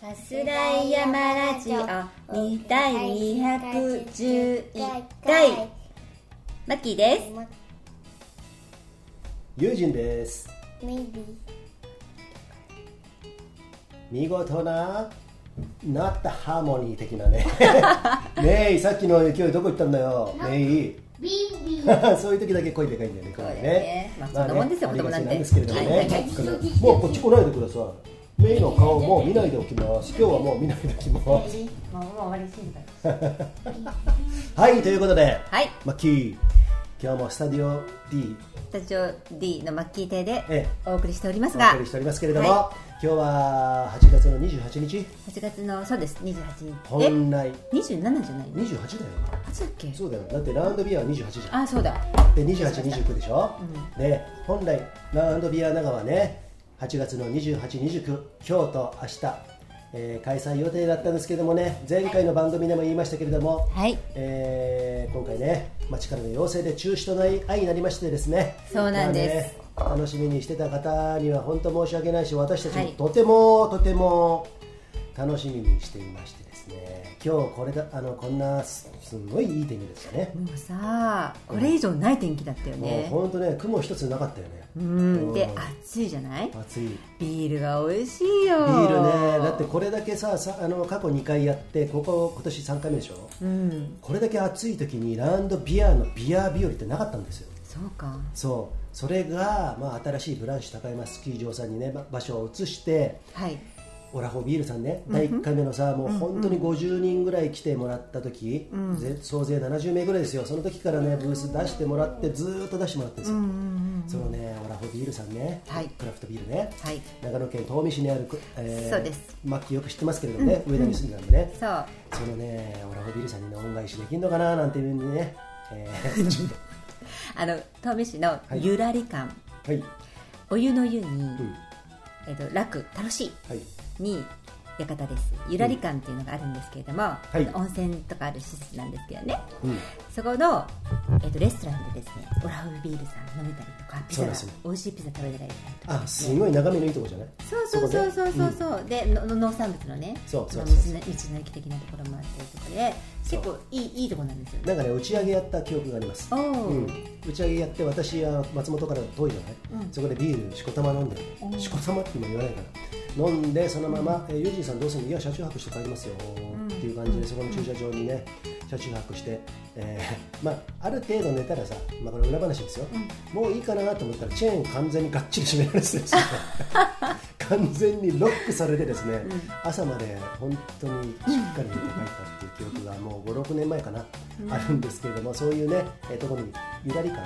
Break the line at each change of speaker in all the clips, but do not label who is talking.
さすらい山ラジオ2第211回マキです
友人です
メイビー
見事ななったハーモニー的なね メイさっきの勢いどこ行ったんだよメイ
ビービー
そういう時だけ声でかいんだよねこれね
そうだよねまあそんなもんですよ
ありがち
子供なんて
なんですけれども
はい
ね
はい
このもうこっち来ないでくださいメイの顔もう見ないでおきます今日はもう見ないでおきます
もうもう終わり静かに
はいということで
はい
マッキー今日もスタジオ D
スタジオ D のマッキー亭で
え
お送りしております
お
が
送りしておりますけれども、
は
今日は8月の28日
8月のそうです28日え
本来
27じゃないの
28だよ
8だっけ
そうだよだってラウンドビアは28じゃん
あそうだ
で2829でしょ、で本来ラウンドビア長はね8月の2829今日と明日、えー開催予定だったんですけどもね前回の番組でも言いましたけれども、
はい
えー今回ね町からの要請で中止とない愛になりましてですね
そうなんです
まあね楽しみにしてた方には本当申し訳ないし私たち
はい
もとてもとても楽しみにしていましてですね今日これだあのこんなすすごいいい天気でしたね、
もうさこれ以上ない天気だったよ
もう
ね
本当ね雲一つなかったよね
うんで暑いじゃない
暑いビ
ビールが美味しいよ
ールねだってこれだけささあの過去2回やってここ今年3回目でしょ、
うん
これだけ暑い時にラウンドビアのビア日和ってなかったんですよ
そうか
そうそれが、まあ、新しいブランシュ高山スキー場さんにねば場所を移して
はい
オラホビールさんね第1回目のさ、もう本当に50人ぐらい来てもらった時、ぜ総勢70名ぐらいですよその時からねブース出してもらってずーっと出してもらってるんですよ、そのねオラホビールさんね、
はい
クラフトビールね、
はい
長野県東御市にあるく、え
そうです
マッキーよく知ってますけれどもね、上田に住んでたんでね、
そう
そのねオラホビールさんにね恩返しできるのかななんていうふうにね、えー ちょっ
あの東美市の
い
ゆらり感、
とはい
お湯の湯に、
ん
えっと楽楽しい
はい
に館ですゆらり館っていうのがあるんですけれども、
い
温泉とかある施設なんですけどね、
うん
そこの、えっとレストランでですねオラフビールさん飲めたりとかピ
そ
ザ
う
が
ですね
美味しいピザ食べたりとか
あすごい眺めのいいとこじゃない
そうそう
こ
そう
ね
そうそうそうでのの農産物のね
そうそう
あの
そう
道の道の駅的なところもあったりとかで結構いいいいとこなんですよね
なんかね打ち上げやった記憶があります
おお、
うん、打ち上げやって私は松本から遠いじゃない、そこでビールしこたま飲んでしこたまって今言わないから飲んでそのまま「えーユージンさんどうするのいや車中泊して帰りますよ」っていう感じでそこの駐車場にね車中泊して、えーまあ、ある程度寝たらさ、まあ、これ裏話ですよ、もういいかなと思ったらチェーン完全にがっちり締められてです ね完全にロックされてですね、朝まで本当にしっかり寝て帰ったっていう記憶がもう56年前かな、あるんですけれどもそういうね、えーところにゆらり感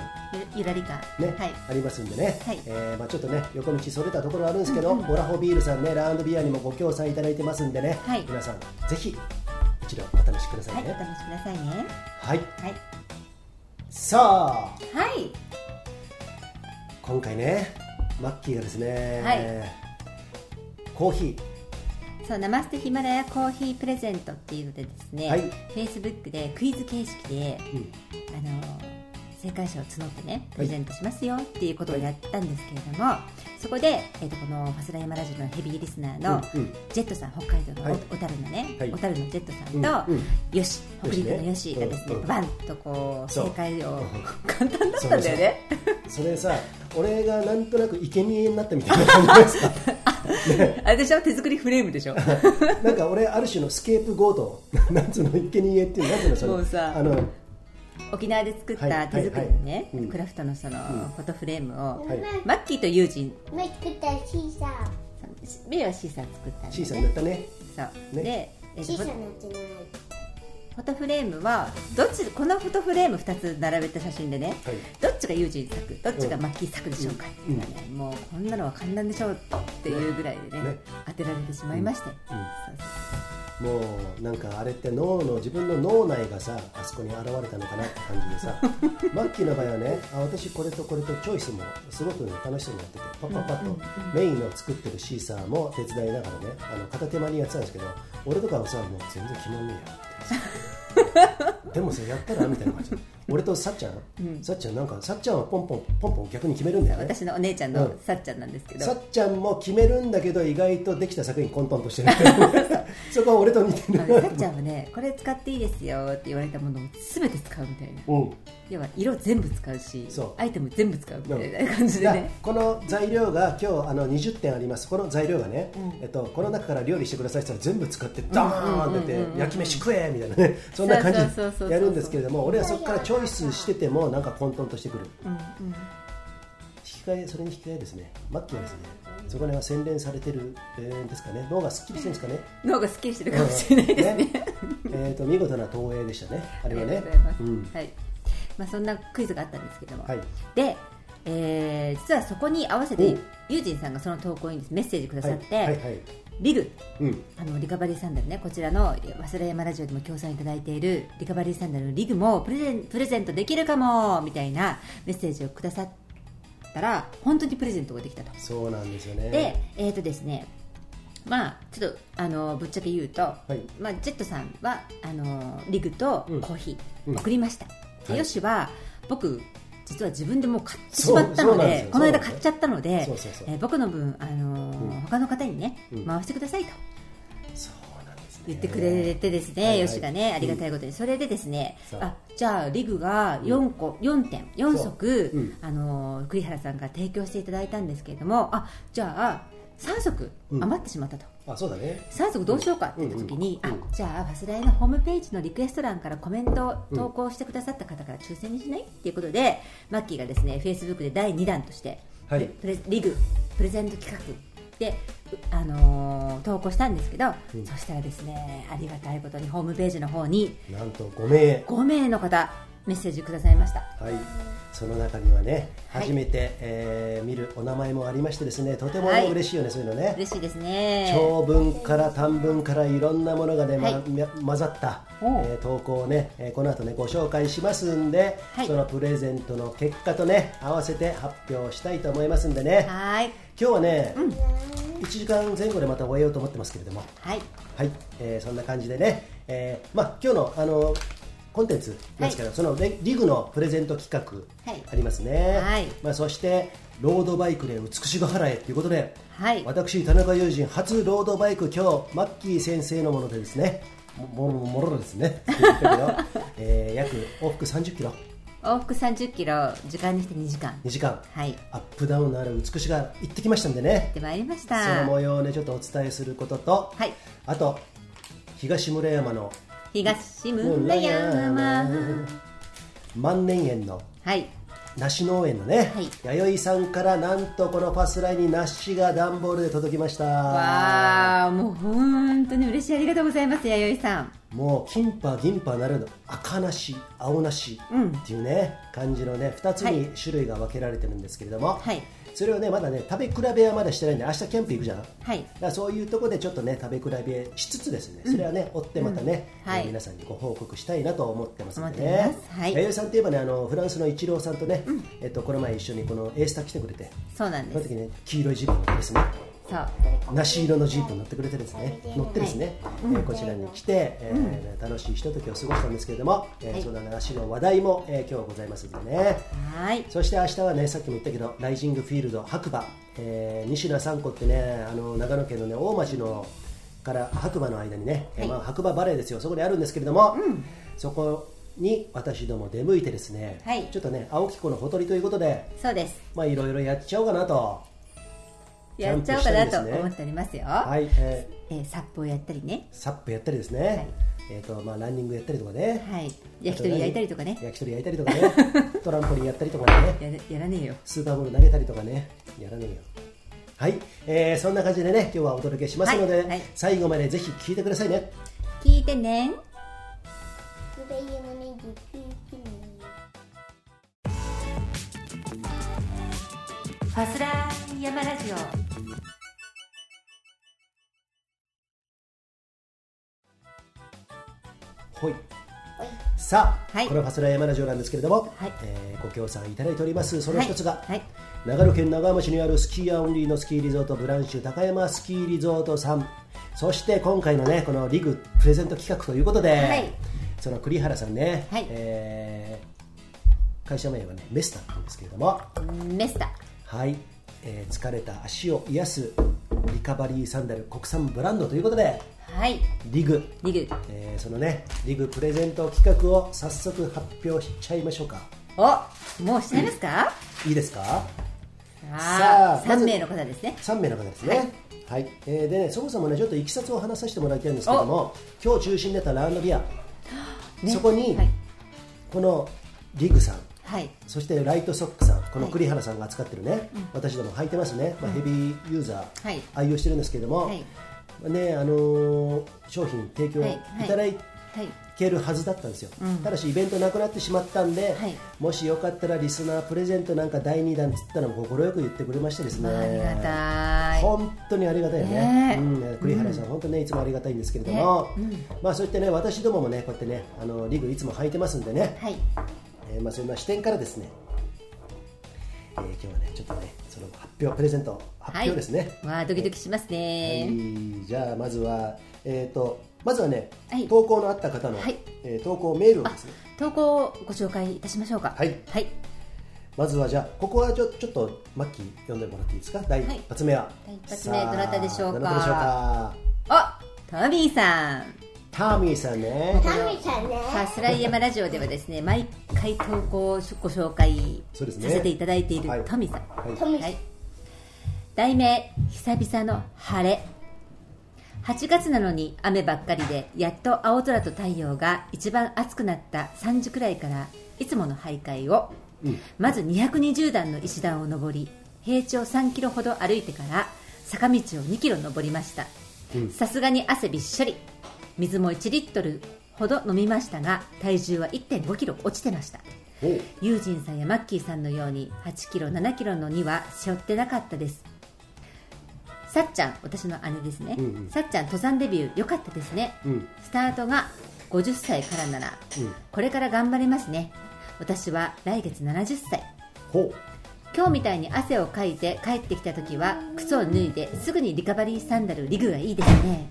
ゆゆらり館
ね、
はい
ありますんでね、
はい
えーまあ、ちょっとね横道それたところあるんですけど、ボラホビールさんねラウンドビアにもご協賛いただいてますんでね、
はい
皆さんぜひ一度お試しくださ
はいいお
ね
楽しみくださいね
はい、
はい
さあ
はい
今回ねマッキーがですね、
はい
コーヒ
そうナマステヒマラヤコーヒープレゼントっていうのでですね、
はい
フェイスブックでクイズ形式で、
ー、うん
あの正解者を募ってねプレゼントしますよっていうことをやったんですけれども、そこで、えー、とこのファスラヤマラジオのヘビーリスナーの
うんうん
ジェットさん北海道の
はい
お小樽、のね
はい
小樽、のジェットさんと、
うん
よし北陸のよし
よしね
がですね、
うんうん
バンとこう
そう
正解を
うん
簡単だったんだよね
それさ俺がなんとなく生贄になったみたいな感じじゃな いですか
あれでしょ手作りフレームでしょ
なんか俺ある種のスケープゴート なんつうの生贄っていうのなんつうのその
もうさ
あの
沖縄で作っ
は
た
い
手作りのね、
はいはいうん
クラフトのそのフォトフレームを、
はい
マッキーと友人
メイクだシーサー
メイはシーサー作ったんだよね
シーさんだったね
そう、
ね
で、えっ
シ
と
ーサ
フ
ーなんてない
ォトフレームはどっちこのフォトフレーム2つ並べた写真でね、
はい
どっちがユージン作どっちがマッキー作でしょうかっていうのはね、もうこんなのは簡単でしょうっていうぐらいでね
ね
当てられてしまいまして、
ん
そうそう
もうなんかあれって脳の自分の脳内がさあそこに現れたのかなって感じで さマッキーの場合はねあ私これとこれとチョイスもすごく、ね、楽しそうにやっててパッパッパッと、メインの作ってるシーサーも手伝いながらねあの片手間にやってたんですけど俺とかはさもう全然決まんねえよってでもさやったらみたいな感じ俺とさっちゃん、さっちゃんなんかさっちゃんはポンポンポンポン逆に決めるんだよね
私のお姉ちゃん
う
の
ん
さっちゃんなんですけど、
さっちゃんも決めるんだけど意外とできた作品混沌としてる そこは俺と似てる
あのさっちゃんはねこれ使っていいですよって言われたものを全て使うみたいな
うん
要は色全部使うし
そう
アイテム全部使うみたいな感じで
だ
ね
この材料が今日あの20点ありますこの材料がね、えっと、この中から料理してくださいって言ったら全部使ってダーンってやって焼き飯食えみたいなねそんな感
そうそうそうそ
じ
うそう
でやるんですけれども俺はそこからチョイスしててもなんか混沌としてくる
うん
引き換えそれに引き換えですね末期はですねそこら辺は洗練されてる、えーですかね脳がすっきりしてるんですかね
うん脳がすっきりしてるかもしれないですね
うんねえーと見事な投影でしたねあ
あ
れは
りが
ね
とうございます、
うん
はいまあ、そんなクイズがあったんですけども、
はい
で、えー実はそこに合わせ
う
て
ん
ユージンさんがその投稿にですメッセージくだ
はい
さって、
はいはい
リグ
うん
あのリカバリーサンダルねこちらの早稲山ラジオでも協賛いただいているリカバリーサンダルのリグもプレゼンプレゼントできるかもみたいなメッセージをくださったら本当にプレゼントができたと
そうなんですよね
でえっ、とですねまあちょっとあのぶっちゃけ言うと、
い
まあ、ジェットさんはあのリグと
うん
コーヒ
うん
ー送りました、で
はい
よしは僕実は自分でもう買ってしまった
そうそ
の
うなん
で
ですよ
この間
そうなんですよ
買っちゃったので
そうそうそう
えー僕の分、あのー
うん
他の方にね、
うん
回してくださいと
そうなんですね
言ってくれてですね、
はいはい
よしがねありがたいことに、それでですね
そう
あじゃあリグが4個、四点4足、
そううん
あのー栗原さんが提供していただいたんですけれどもあじゃあ3足
うん
余ってしまったと。
あそうだね
3足どうしようかって言った時に、
うんうんうん
あじゃあファスライのホームページのリクエスト欄からコメントを投稿してくださった方から抽選にしないっていうことでマッキーがですねフェイスブックで第2弾として、
はい
プレリグプレゼント企画で、うあのー投稿したんですけど、
うん
そしたらですねありがたいことにホームページの方に
なんと5名
5名の方メッセージくださいました
はい、その中にはね、
はい
初めて、えー見るお名前もありましてですねとてもね、
はい
嬉しいよねそういうのね
嬉しいですね
長文から短文からいろんなものがね、ま
はい
ま混ざった、え
おう
ー投稿をね、えーこの後ねご紹介しますんで、
はい
そのプレゼントの結果とね合わせて発表したいと思いますんでね今
はーい
日はね、1時間前後でまた終えようと思ってますけれども
はい
はい、えーそんな感じでね、えーまあ、今日のあのコンテンツなんですけど、そのレリグのプレゼント企画
はい
ありますね、
はい
まあ、そしてロードバイクで美しが原へということで、
はい
私田中友人初ロードバイク今日マッキー先生のものでですねももろもろですねって言ったけ ど、えー約往復30キロ
往復3 0キロ時間にして2時間
2時間
はい
アップダウンのある美しが行ってきましたんでね
でまいりまし
その
た
模様をねちょっとお伝えすることと、
はい
あと東村山の
東村山
万年園の
はい
梨農園のね、
はい
弥生さんからなんとこのパスラインに梨が段ボールで届きました
わあもう本当に嬉しいありがとうございます弥生さん
もう金パ銀パならぬ赤梨青梨
うん
っていうね、感じのね2つに
は
種類が分けられてるんですけれども、
はい
それをねまだね食べ比べはまだしてないんで明日キャンプ行くじゃんだか
はい
らそういうとこでちょっとね食べ比べしつつですねそれはね、追ってまたね、
うんはい
えー皆さんにご報告したいなと思ってますので
思っ
ね
てますはい
弥生さんといえばねあのフランスのイチローさんとね、えっと、この前一緒にこのエースター来てくれて
そうなん
そ
で
の
す
時ね黄色いジープ乗ってですね
そう
梨色のジープに乗ってくれてですね乗ってですね、えーこちらに来て、えー楽しいひとときを過ごしたんですけれども、えー
はい
そんな梨の話題も、えー今日ございますのでね
はい
そして明日はねさっきも言ったけどライジングフィールド白馬、えー、西田三湖ってねあの長野県のね大町のから白馬の間にね、えー
はい
まあ、白馬バレーですよそこにあるんですけれども、そこに私ども出向いてですね、
はい
ちょっとね青木湖のほとりということで
そうです
まあいろいろやっちゃおうかなと
やっちゃおうかなと思っておりますよ
はい、えー
えーサップをやったりね
サップやったりですね、えっ、とまあランニングやったりとかね、
はい焼き鳥焼いたりとかね
焼き鳥焼いたりとかね、 トランポリンやったりとかね、
やらやらねえよ
スーパーボール投げたりとかね、やらねえよ。はい、えーそんな感じでね、今日はお届けしますので、
はいはい
最後までぜひ聞いてくださいね。
聞いてね
Sebagai menunjuki kini.
ファスラー山ラジオ
ほい。
Oi.
さあ、
はい
このファスラー山ラジオなんですけれども、
はい
えーご協賛いただいております、その一つが、
はい、はい
長野県長浜市にあるスキーアオンリーのスキーリゾートブランシュ高山スキーリゾートさんそして今回のねこのリグプレゼント企画ということで、
はい
その栗原さんね、
はい
えー会社名はねメスタなんですけれども
メスタ
はい、えー疲れた足を癒すリカバリーサンダル国産ブランドということで
はい
リグ、
リグ
えーそのねリグプレゼント企画を早速発表しちゃいましょうか
おもうしちゃいますか、
いいですか
さあ
さあま
3
ず
名の方ですね
3名の方ですね、はいえーでね、そもそもねちょっといきさつを話させてもらいたいんですけども今日中心だったラウンドビア、
ね
そこに、
はい
このリグさん
はい
そしてライトソックさんこの
はい
栗原さんが扱ってるね、私ども履いてますね、まあ、ヘビーユーザー、
はい
愛用してるんですけども、
はい
ねあのー商品提供
はいい
ただい
はい
けるはずだったんですよ、
うん
ただしイベントなくなってしまったんで、
はい
もしよかったらリスナープレゼントなんか第2弾つったらも快く言ってくれましてですね、
まあありがたい
本当にありがたいよね
ねえ
うん、栗原さん、本当にねいつもありがたいんですけれども、
ね
まあそういってね私どももねこうやってねあのリグいつも履いてますんでね、
はい
えーまあ、そんな視点からですね、えー今日はねちょっとねその発表プレゼント発表ですね、
わあドキドキします
はい
ね、
じゃあまずはえっ、とまずはね、
はい
投稿のあった方の、
はい
えー投稿メールをですね
投稿をご紹介いたしましょうか
はい
はい
まずはじゃあここはちょちょっとマッキー読んでもらっていいですか第一発目は、
第一発目
さあ
どなたでしょうか
どなたでしょうか
あトミーさん
ターミーさんね
タミちゃんね
さすらい山ラジオではですね毎回投稿をご紹介
そ
さ
うですね
せていただいている
はい
トミーさん、
はい
トミ
はい、題名「久々の晴れ」8月なのに雨ばっかりでやっと青空と太陽が一番暑くなった3時くらいからいつもの徘徊を、
うん
まず220段の石段を登り平地を3キロほど歩いてから坂道を2キロ登りました
うん
さすがに汗びっしょり水も1リットルほど飲みましたが体重は1 5キロ落ちてました
おう
ユージンさんやマッキーさんのように8キロ7キロのには背負ってなかったですさっちゃん私の姉ですね、
うんうん
さっちゃん登山デビュー良かったですね、
うん
スタートが50歳からなら、
うん
これから頑張れますね私は来月70歳
ほ
今日みたいに汗をかいて帰ってきた時は靴を脱いですぐにリカバリーサンダルリグがいいですね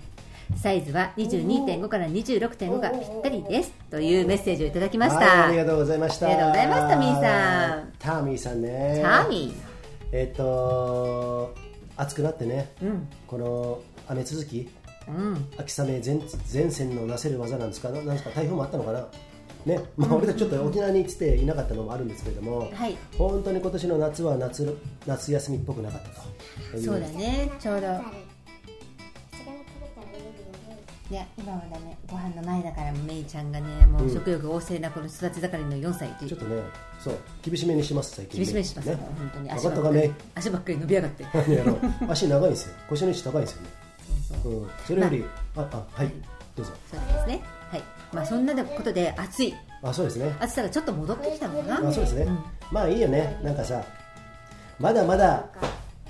サイズは22.5から26.5がぴったりですというメッセージをいただき
う
ました、
はいありがとうございました
ありがとうございますタミーさん
ターミーさんね
チャーミ
えっと暑くなってね、
ーうん
この雨続き
うん
秋雨前前線のなせる技なんですかななんですか台風もあったのかなね、まあ、俺たちちょっと沖縄に来ていなかったのもあるんですけれども、
はい
本当に今年の夏は夏夏休みっぽくなかったと
そうだねちょうど
誰違う食べたらいいよ
いや今はダメご飯の前だからメイちゃんがねもう食欲旺盛なこの育ち盛りの4歳とい
ちょ
う
っとねそう厳しめにしてます最近
厳しめにしますよ、
ね
本当に
分
足ば
かった
っ
か
かり
ね
足ばっかり伸び上がってそう
あのやろう足長いんですよ腰の位置高いんですよね、
そうそう
うん、それより、ああはいどうぞ
ですねはいまあそんなことで暑い
あそうですね
暑さがちょっと戻ってきたのか
あ
な
そうですね、
うん
まあいいよねなんかさまだまだ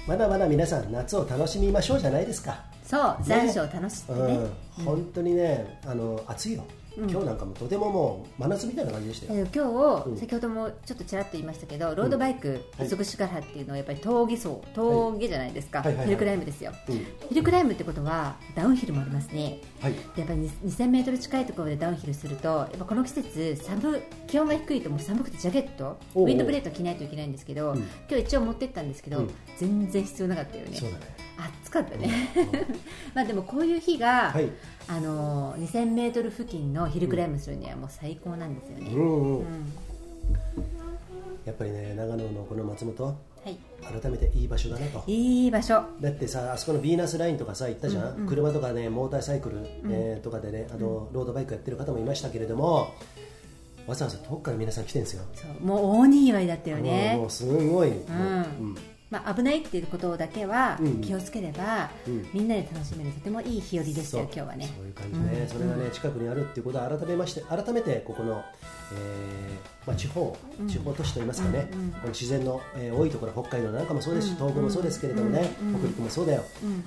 まだまだ皆さん夏を楽しみましょうじゃないですか、
そう残暑を楽しん
う
で
ん
ね
本当にねあの暑いよ、今日なんかもとてももう真夏みたいな感じでしたよ、
えー今
うん
日先ほどもちょっとちらっと言いましたけどロードバイク
はい
美しが原っていうのはやっぱり峠走峠じゃないですか
はいはいはいはい
ヒルクライムですよ
うん
ヒルクライムってことはダウンヒルもありますね
はい
やっぱり2000メートル近いところでダウンヒルするとやっぱこの季節寒気温が低いともう寒くてジャケット
おうおう
ウィンドブレード着ないといけないんですけど、
うん
今日一応持ってったんですけど、
うん
全然必要なかったよね
そうだね
暑かったね まあでもこういう日が、
はい
あの2000メートル付近のヒルクライムするにはもう最高なんですよ
う
ね、
んう
うんん
やっぱりね長野のこの松本
はい、
改めていい場所だなと
いい場所
だってさあそこのヴィーナスラインとかさ行ったじゃん、車とかねモーターサイクル、えーとかでねあのロードバイクやってる方もいましたけれどもわざわざ遠くから皆さん来てるんですよ
そうもう大にぎわいだったよ
もう
ね
もうすごい、もううん
まあ、危ないっていうことだけは
うん
気をつければ、
うん
みんなで楽しめるとてもいい日和でした
そう
よ今日はね
そういう感じね、それがね近くにあるっていうことは改めまして改めてここの、えーまあ、地方地方都市といいますかね、この自然の、えー多いところ北海道なんかもそうですし、東北もそうですけれどもね、北陸もそうだよ、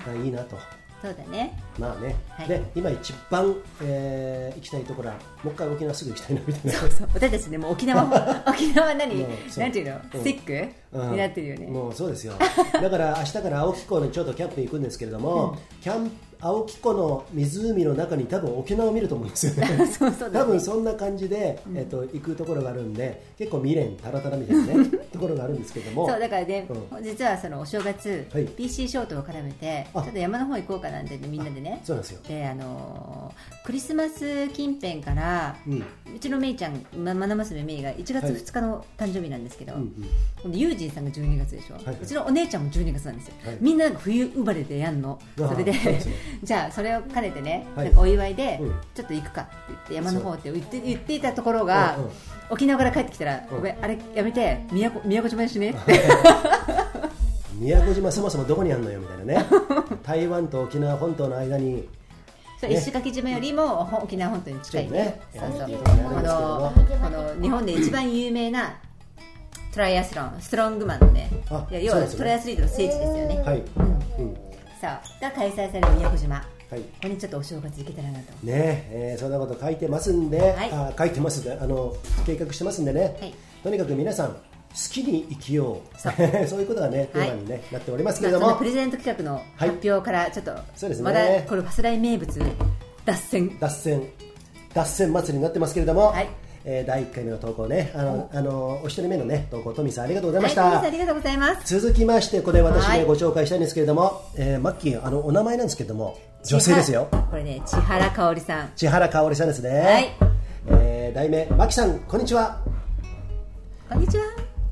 あいいなと
そうだね
まあね、
はい
で今一番、えー行きたいところはもう一回沖縄すぐ行きたいなみたいな
そうそう私たちねもう沖縄も 沖縄何、
うんそう
なんていうの、
うん
スティック、
うん
になってるよね
もうそうですよだから明日から青木港にちょっとキャンプに行くんですけれども、キャンプ青木湖の湖の中に多分沖縄を見ると思うんですよ ね
そうそう
多
だね
分そんな感じで、えっと、行くところがあるんで結構未練タラタラみたいな ねところがあるんですけども
そうだからね、
う
実はそのお正月、
はい
PC ショートを絡めてちょ
あ
っと山の方行こうかなんてみんなでね
そうなんですよ、
であのークリスマス近辺から
うんうん
うちのめいちゃん、ま、まな娘めいが1月
はい
2日の誕生日なんですけど、
うん
ユージンさんが12月でしょ、
いはいう
ちのお姉ちゃんも12月なんですよ、
はい
みんななんか冬生まれでやんの
うわ
それで
そうですね
じゃあそれを兼ねてね、
はい
なんかお祝いで
うん
ちょっと行くかって言って山の方って言って言っていたところが、
うんうん
沖縄から帰ってきたら、
うん
ごめんあれやめて宮古宮古島にしねって
宮古島そもそもどこにあるのよみたいな ね台湾と沖縄本島の間に
そう石垣島よりもほ沖縄本島に近いね
そ
そう
ね
うそう
えー
この
そうですけど
この日本で一番有名なトライアスロンストロングマンのね
あ
いや要
そう
は
ですよね
トライアスリートの聖地ですよね、
はい、うん
さあが開催される宮古島こ
はい
こにちょっとお正月行けたらなと
ねえーそんなこと書いてますんで、
はい
あ書いてますであの計画してますんでね、
はい
とにかく皆さん好きに生きよう
そ
そうういうことがねテーマに、ねなっておりますけれど
まあその
も
プレゼント企画の
はい
発表からちょっと、
そうですね
まだこれファスライ名物脱線
脱線脱線祭りになってますけれども、
はい
えー第1回目の投稿ねあのあのお一人目のね投稿トミーさんありがとうございま
はい
した、
皆さんありがとうございます
続きましてこれ私
はい
ねご紹介したいんですけれども、えーマッキーあのお名前なんですけれども女性ですよ
千原これね千原香織さん
千原香織さんですね、
はい
えー題名マキさんこんにちは
こんにちは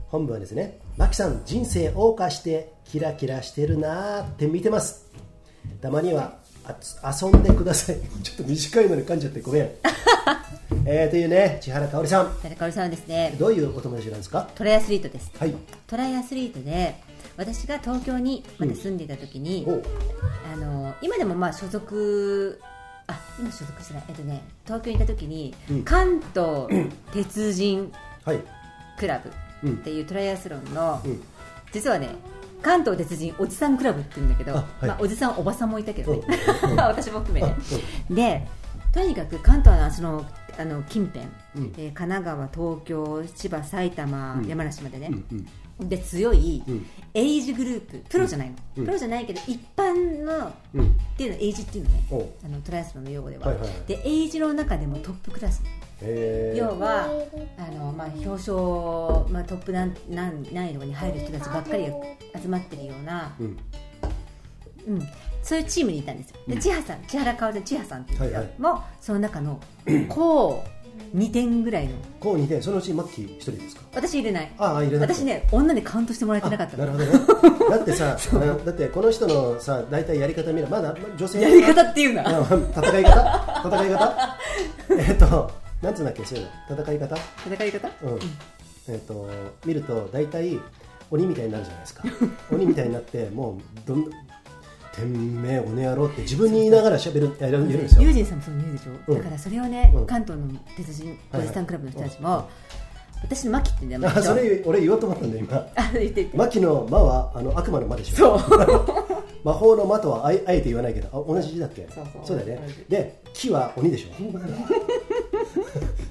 本文ですねマキさん人生謳歌してキラキラしてるなーって見てますたまにはあつ遊んでください ちょっと短いのに噛んじゃってごめん えーというね千原香織さん
千原香織さんはですね
どういうお友達なんですか
トライアスリートです
はい
トライアスリートで私が東京にまで住んでいた時に、
おう
あの今でもまあ所属あ今所属してないえっとね東京にいた時に、
うん
関東鉄人
はい
クラブ
うん
っていうトライアスロンの、
うん
実はね関東鉄人おじさんクラブって言うんだけど
あはい
まあ、おじさんおばさんもいたけどね、
うんうん
私も含め
あ
ねでとにかく関東のそのあの近辺、
うん
えー神奈川東京千葉埼玉、
ん
山梨までね、
うんうん
で強い
うん
エイジグループプロじゃないの、
うん
プロじゃないけど一般のっ
うん
ていうのエイジっていうのね
おう
あのトライアスロンの用語では,、
はいはいはい
でエイジの中でもトップクラス、
えー
要はあの、まあ、表彰、まあ、トップなんなん難易度に入る人たちばっかりが集まってるような、
うん
うん、そういうチームにいたんですよで千葉さん千原かおりさん千葉さんっていう人も、
はいはい
その中のこう2点ぐらいの
こう2点そのうちマッキー1人ですか
私入れない
ああ入れなくて
私ね女でカウントしてもらえて
あ
なかったの
なるほどねだってさ なだってこの人のさ大体やり方見ればまだま女性
やり方っていうな
あ戦い方戦い方えっとなんつうんだっけそういうの戦い方
戦い方
うん、えっと見ると大体鬼みたいになるじゃないですか鬼みたいになってもうどんてんめえ鬼野郎って自分に言いながらしゃべるやるやるんです
ユ
よ
ージンさんもそう言うでしょ、
うん
だからそれをね、
うん
関東の鉄人お
はい
じさんクラブの人たちも、私のマキって名前
あ
でしょ
それ俺言おうと思ったんだよ今
あ言って言って
マキの魔はあの悪魔の魔でしょ
そう
魔法の魔とはあえあえて言わないけどあ同じ字だっけ
そうそう
だよ
同
ね
じ
で木は鬼 でしょ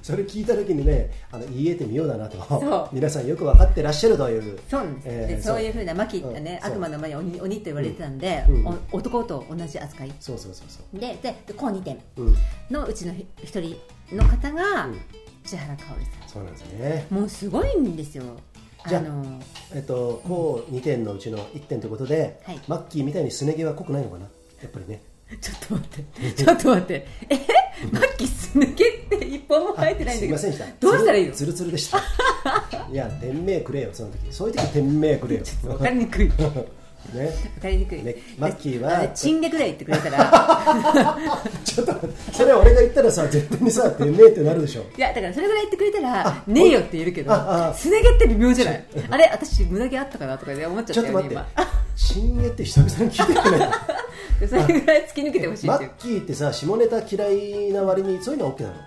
それ聞いた時にねあの言えてみようだな
そう
と皆さんよく分かってらっしゃるという
そうなんです、
えー
でそういうふうなマキってね、
うん
悪魔の前に鬼鬼と言われてたんで、
うんうん
お男と同じ扱い
そうそうそうそ
でででこう2点
ううん
のうちのひ一人の方が、
うん
千原かおりさ
そうなんですね
んもうすごいんですよあ
じゃあ
の
えっとこう2点のうちの1点ということで、
はい
マッキーみたいにすね毛は濃くないのかなやっぱりね
ちょっと待ってちょっと待ってえマキすね毛って一本も生えてないんだけど
あすいませんでした
どうしたらいいの
つるつるでしたいや天命くれよその時そういう時天命くれよ
分かりにくい
ね
わかりにくい、
ねマッキーは
あのチンゲぐらい言ってくれた ら
ちょっと待ってそれ俺が言ったらさ絶対にさ天命ってなるでしょ
いやだからそれぐらい言ってくれたらねえよって言えるけど
ああ
すね毛って微妙じゃないあれ私胸毛あったかなとかね思っち
ち
ゃ
ょ
っ
ったと
よ
待
ね
って
今、
新エって久々に聞いてく れない
でそれぐらい突き抜けてほしい
マ
っていう
ッキーってさ、下ネタ嫌いな割にそういうのは OK なの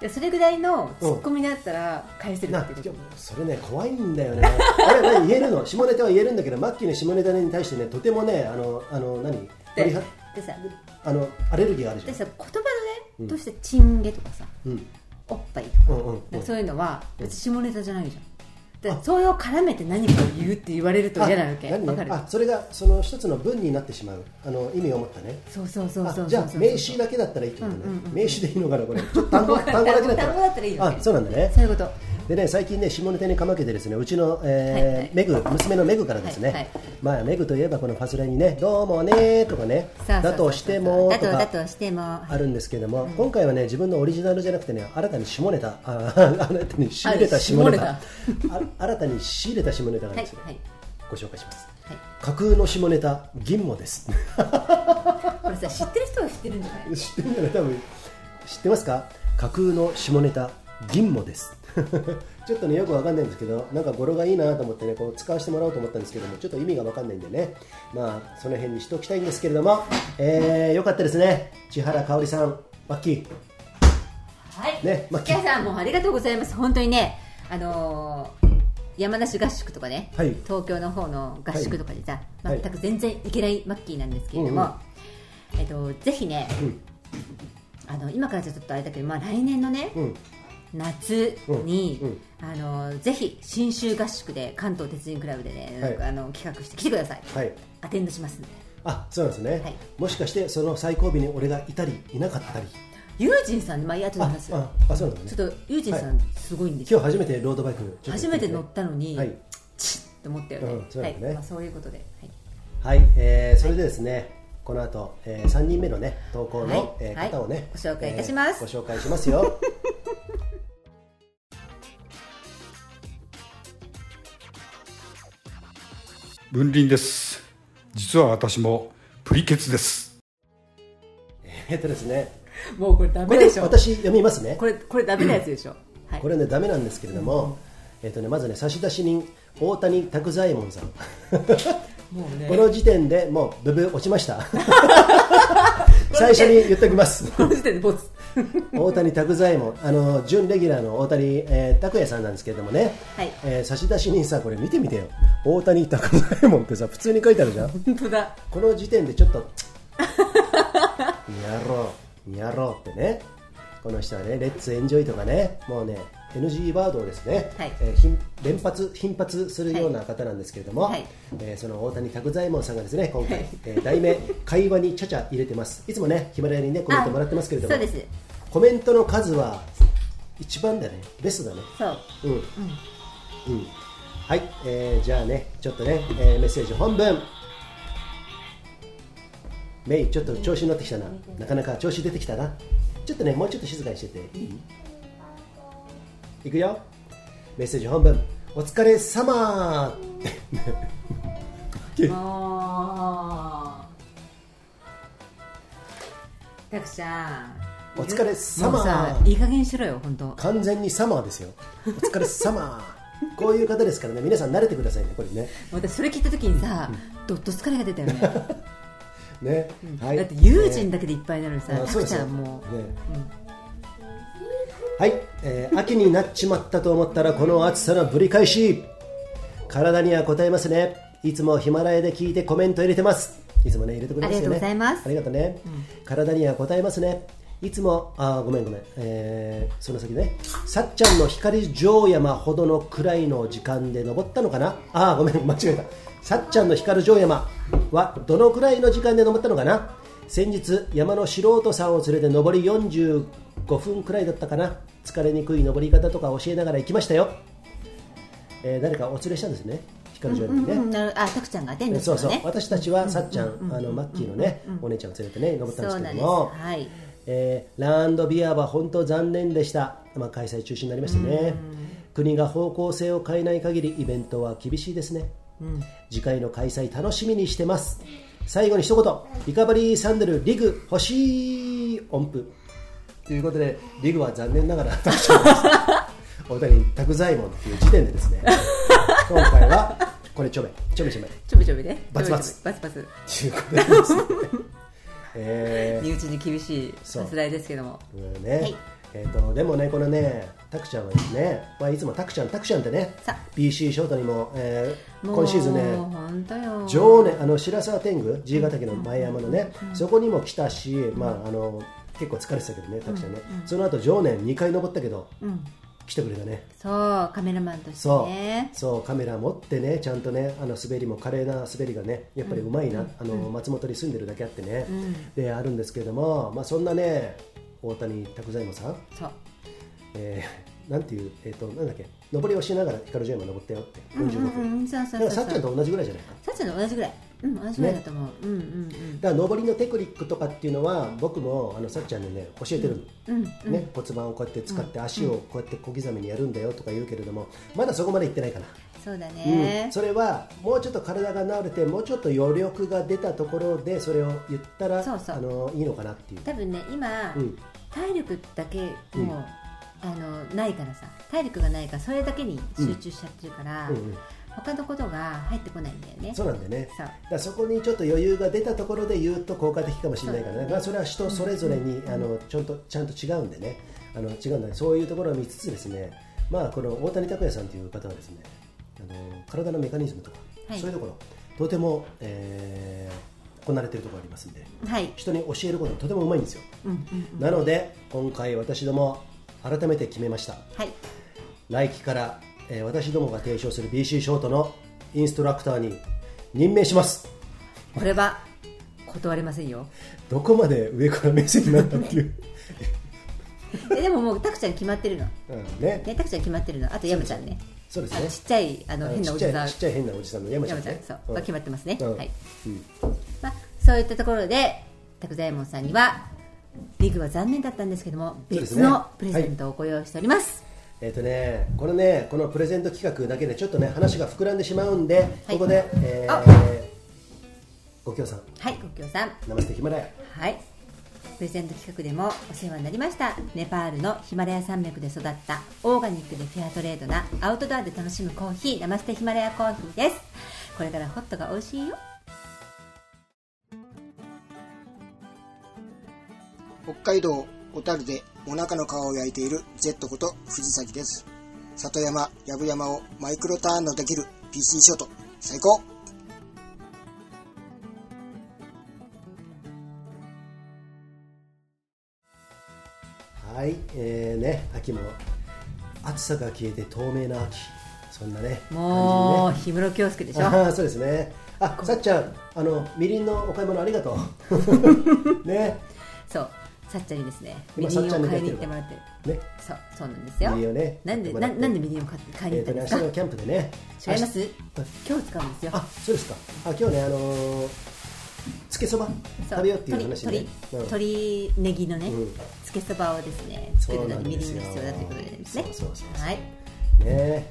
いやそれぐらいのツッコミだったら返せる
な
っていうこと
それね、怖いんだよね、 あれ、何言えるの、下ネタは言えるんだけど、マッキーの下ネタに対してね、とてもね、あの、あの何
で
鳥は
でさ
あのアレルギーがあるじ
で
ゃん、
さ言葉の
う
ね
ん
としてチンゲとかさ
うん、
おっぱいとか
うんうんうん
なんかそういうのは別に下ネタじゃないじゃんだそれを絡めて何かを言うって言われると嫌なわけ
あ何ね
わかる
あそれがその一つの文になってしまうあの意味を持ったね
そうそうそうそうそう
あじゃあ名詞だけだったらいいってことね、
うんうんうん
名詞でいいのかなこれちょっと単 語単語だけだったら
単語だったらいいよね
あそうなんだね
そういうこと
でね最近ね下ネタにかまけてですねうちの、えー
はいはい
メグ娘のメグからですね、
はいはい
まあメグといえばこのファスレにねどうもねとかね
そうそうそうそう
だとしても
だ
と
とだ
か
としても
あるんですけれども、今回はね自分のオリジナルじゃなくてね新たに下ネタあ新たに仕入れた下ネタ
あ
あ新たに仕入れた下ネタが
は
で
い
すね、
はい
ご紹介します
はい
架空の下ネタ銀もです
これさ知ってる人は知ってるんじゃない
知ってるんじゃない多分知ってますか架空の下ネタ銀もです ちょっとねよくわかんないんですけどなんか語呂がいいなと思ってねこう使わせてもらおうと思ったんですけどもちょっと意味がわかんないんでねまあその辺にしておきたいんですけれども、えー、よかったですね千原香織さんバッキー
はい、
ねまあ
月谷さんもありがとうございます本当にねあのー山梨合宿とかね、
はい
東京の方の合宿とかでさ、
はい
全く全然行けないマッキーなんですけれども、
うん
えっと、ぜひね、
うん
あの今からじゃちょっとあれだけど、まあ、来年のね、
うん
夏に、
うんうん
あのぜひ信州合宿で関東鉄人クラブでね、
はい
あの企画して来てください
はい
アテンドしますんで
あそうなんですね、
はい
もしかしてその最後尾に俺がいたりいなかったり
ユージンさんまあいや後で
あ
話す
ああそうなんです
ち
ね
ょっとユージンさん、すごいんですよ
今日初めてロードバイクちょっと
初めて乗ったのに、
はい
チッと思ったよね,、
うんそうだよね
はいまあ、そういうことで、はい
はい、えー、それでですねこの後、えー、3人目のね投稿の、
はい
えー
はい
方をね、
ご紹介いたします
えーご紹介しますよ
文林です実は私もプリケツです
えっとですね
もうこれダ
こ
メ
れ
でしょこ
私読みますね
れこれダメなやつでしょ、はい、
これねダメなんですけれども、えっとねまずね差出人大谷拓左衛門さん
もうね
この時点でもうブブ落ちま した最初に言っておきます
この時点でボツ
大谷拓左衛門あの準レギュラーの大谷、えー拓也さんなんですけれどもね、
はい
えー差出人さこれ見てみてよ大谷拓左衛門ってさ普通に書いてあるじゃん
本当だ
この時点でちょっと「やろうやろう」ってねこの人はね「レッツエンジョイ」とかねもうね NG ワードをですね、
はい
えー頻連発頻発するような方なんですけれども、
はい
えーその大谷拓左衛門さんがですね今回、
はい
えー題名「会話にちゃちゃ入れてます」いつもねヒマラヤにねコメントもらってますけれども
そうです
コメントの数は一番だねベストだね
そう
うん、うんはい、えーじゃあねちょっとね、えーメッセージ本文メイちょっと調子に乗ってきたななかなか調子出てきたなちょっとねもうちょっと静かにしてていいいくよメッセージ本文お疲れ様
あーたくちゃん
お疲れ様
もうさいい加減にしろよ本当
完全にサマーですよお疲れ様 こういう方ですからね皆さん慣れてくださいねこれね
私それ聞いた時にさ、どっと疲れが出たよね、
ね、 はい
だって友人だけでいっぱいになるのにさた
あそ
く
うです
ち
よ
ゃんもう、
ねはい、えー秋になっちまったと思ったらこの暑さのぶり返し体には応えますねいつもヒマラヤで聞いてコメント入れてますいつもね入れてくれますよね
ありがとうございます
ありがとうね、体には応えますねいつもあーごめんごめん、えーその先ねさっちゃんの光城山ほどのくらいの時間で登ったのかなあーごめん間違えたさっちゃんの光城山はどのくらいの時間で登ったのかな先日山の素人さんを連れて登り45分くらいだったかな疲れにくい登り方とか教えながら行きましたよ、えー誰かお連れしたんですね光城山にね、
うんなるあたくちゃんがアテンドした
そう
の
そう
ね
私たちはさっちゃん、あのマッキーのね、お姉ちゃんを連れてね、登ったんですけども、
そうなんですはい
えーランドビアは本当残念でした、まあ、開催中止になりましたね、国が方向性を変えない限り、イベントは厳しいですね、次回の開催、楽しみにしてます、最後に一言、リカバリーサンダル、リグ欲しい音符ということで、リグは残念ながら、私は大谷拓左衛門っていう時点でですね、今回は、これちょめ、ちょめちょめ。
ちょびちょびね
バツバツ
バツバツ
ということですね。え
身内に厳しい
そう
さすらいですけども
ーうんね
はい
えー、とでもね、このね、タクちゃんはですね、まあ、いつもタクちゃん、タクちゃんってね
さ、
BC ショートにも、えー
もう
今シーズンね、
本当よ
常年あの白沢天狗、爺ヶ岳の前山のね、そこにも来たし、まあ、あの結構疲れてたけどね、タクちゃんね、その後常年2回登ったけど、
うん
来てくれたね
そうカメラマンとして
そう、
ね
そうカメラ持ってねちゃんとねあの滑りも華麗な滑りがねやっぱりうまいな、あの松本に住んでるだけあってね、
ん
であるんですけれども、まあ、そんなね大谷拓左衛門さん、
そう
えーなんていう、えー、となんだっけ上りをしながら光ジェイも登ったよって
うん
45分、
うんうんそう
だ
そう
か
そう
らさっちゃんと同じぐらいじゃないか
さっちゃんと同じぐらいうん同じぐらいだと思う、うんうん
だから上りのテクニックとかっていうのは僕もあのさっちゃんにね教えてるの、
うんうんうん、
ね、骨盤をこうやって使って足をこうやって小刻みにやるんだよとか言うけれどもまだそこまでいってないかな、
そうだ
う
ね
ん、、それはもうちょっと体が慣れてもうちょっと余力が出たところでそれを言ったら
そうそう
あのいいのかなっていう、
多分ね今、
うん、
体力だけもう、
うん
あのないからさ体力がないからそれだけに集中しちゃってるから、
うんうん
他のことが入ってこないんだよね
そうなんだよね
そう
だからそこにちょっと余裕が出たところで言うと効果的かもしれないからね
そうだね
まあ、それは人それぞれに、あのちゃんとちゃんと違うんでねあの違うんだねそういうところを見つつですね、まあ、この大谷拓也さんという方はですねあの体のメカニズムとか、
はい
そういうところとても、えーこなれてるところありますんで
はい、
人に教えることがとてもうまいんですよ、
うんうん、
なので今回私ども改めて決めました
はい
来期から、えー私どもが提唱する BC ショートのインストラクターに任命します
これは断れません よ
どこまで上から目線なんだっ ていう、
えでももうタクちゃん決まってるの
うんね、
ねタクちゃん決まってるのあとヤムちゃんね
そうです
あの
ね
ちっちゃいあの変なおじさん
ちっちゃいちっちゃい変なおじさんの山ちゃ
ヤ
ん
ム
ね
ちゃんそう、
うん
は決まってますね、
うん
はい、
うん
まあ、そういったところで拓左衛門さんにはリグは残念だったんですけども
そうです
別
ね
のプレゼントをご用意しております
えっ、とねこのねこのプレゼント企画だけでちょっとね話が膨らんでしまうんで、ここで、えー
あ
ご協賛
はい、ご協賛
ナマステヒマラヤ
はいプレゼント企画でもお世話になりましたネパールのヒマラヤ山脈で育ったオーガニックでフェアトレードなアウトドアで楽しむコーヒーナマステヒマラヤコーヒーですこれからホットが美味しいよ
北海道小樽でもなかの皮を焼いている Z こと藤崎です里山やぶ山をマイクロターンのできる PC ショート最高
はいえー、ね秋も暑さが消えて透明な秋そんなね
もう
感
氷室京介で
じ
し
にね
ょ
あーそうですねあさっちゃんあのみりんのお買い物ありがと うね
そうさっちゃんにですねみ
今
りんを
さっちゃんに
買い
買って
に
る
行ってもらってる
ね
そうそうなんですよ
いいよね
なんで
買っても
な
らって
なんでみりんを買って買いに
え
行
っ
ったん
とね
ですか
明日のキャンプでね
違います
明日
今日使うんですよ
あそうですかあ今日ねあのーつけそば
そう
食べようっていう話ね
鶏
うん
鶏ネギのね、
うん
つけそばをですね作
そう
る
な
の
ん
にみ
で
り
す
ん
よ
が必要だということでですね
そうそうそうそう
はい
ね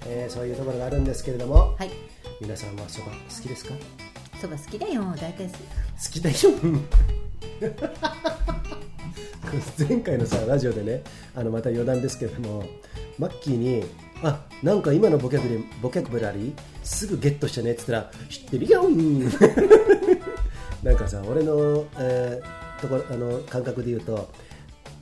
えーそういうところがあるんですけれども
はい
皆さんはそば好きですか好
そば好きだよ大体す
きだよ 前回のさラジオでねあのまた余談ですけれどもマッキーに「あなんか今のボキャブリボキャブラリーすぐゲットしたね」っつったら「知ってるよん! 」 なんかさ俺の,、えーところあの感覚で言うと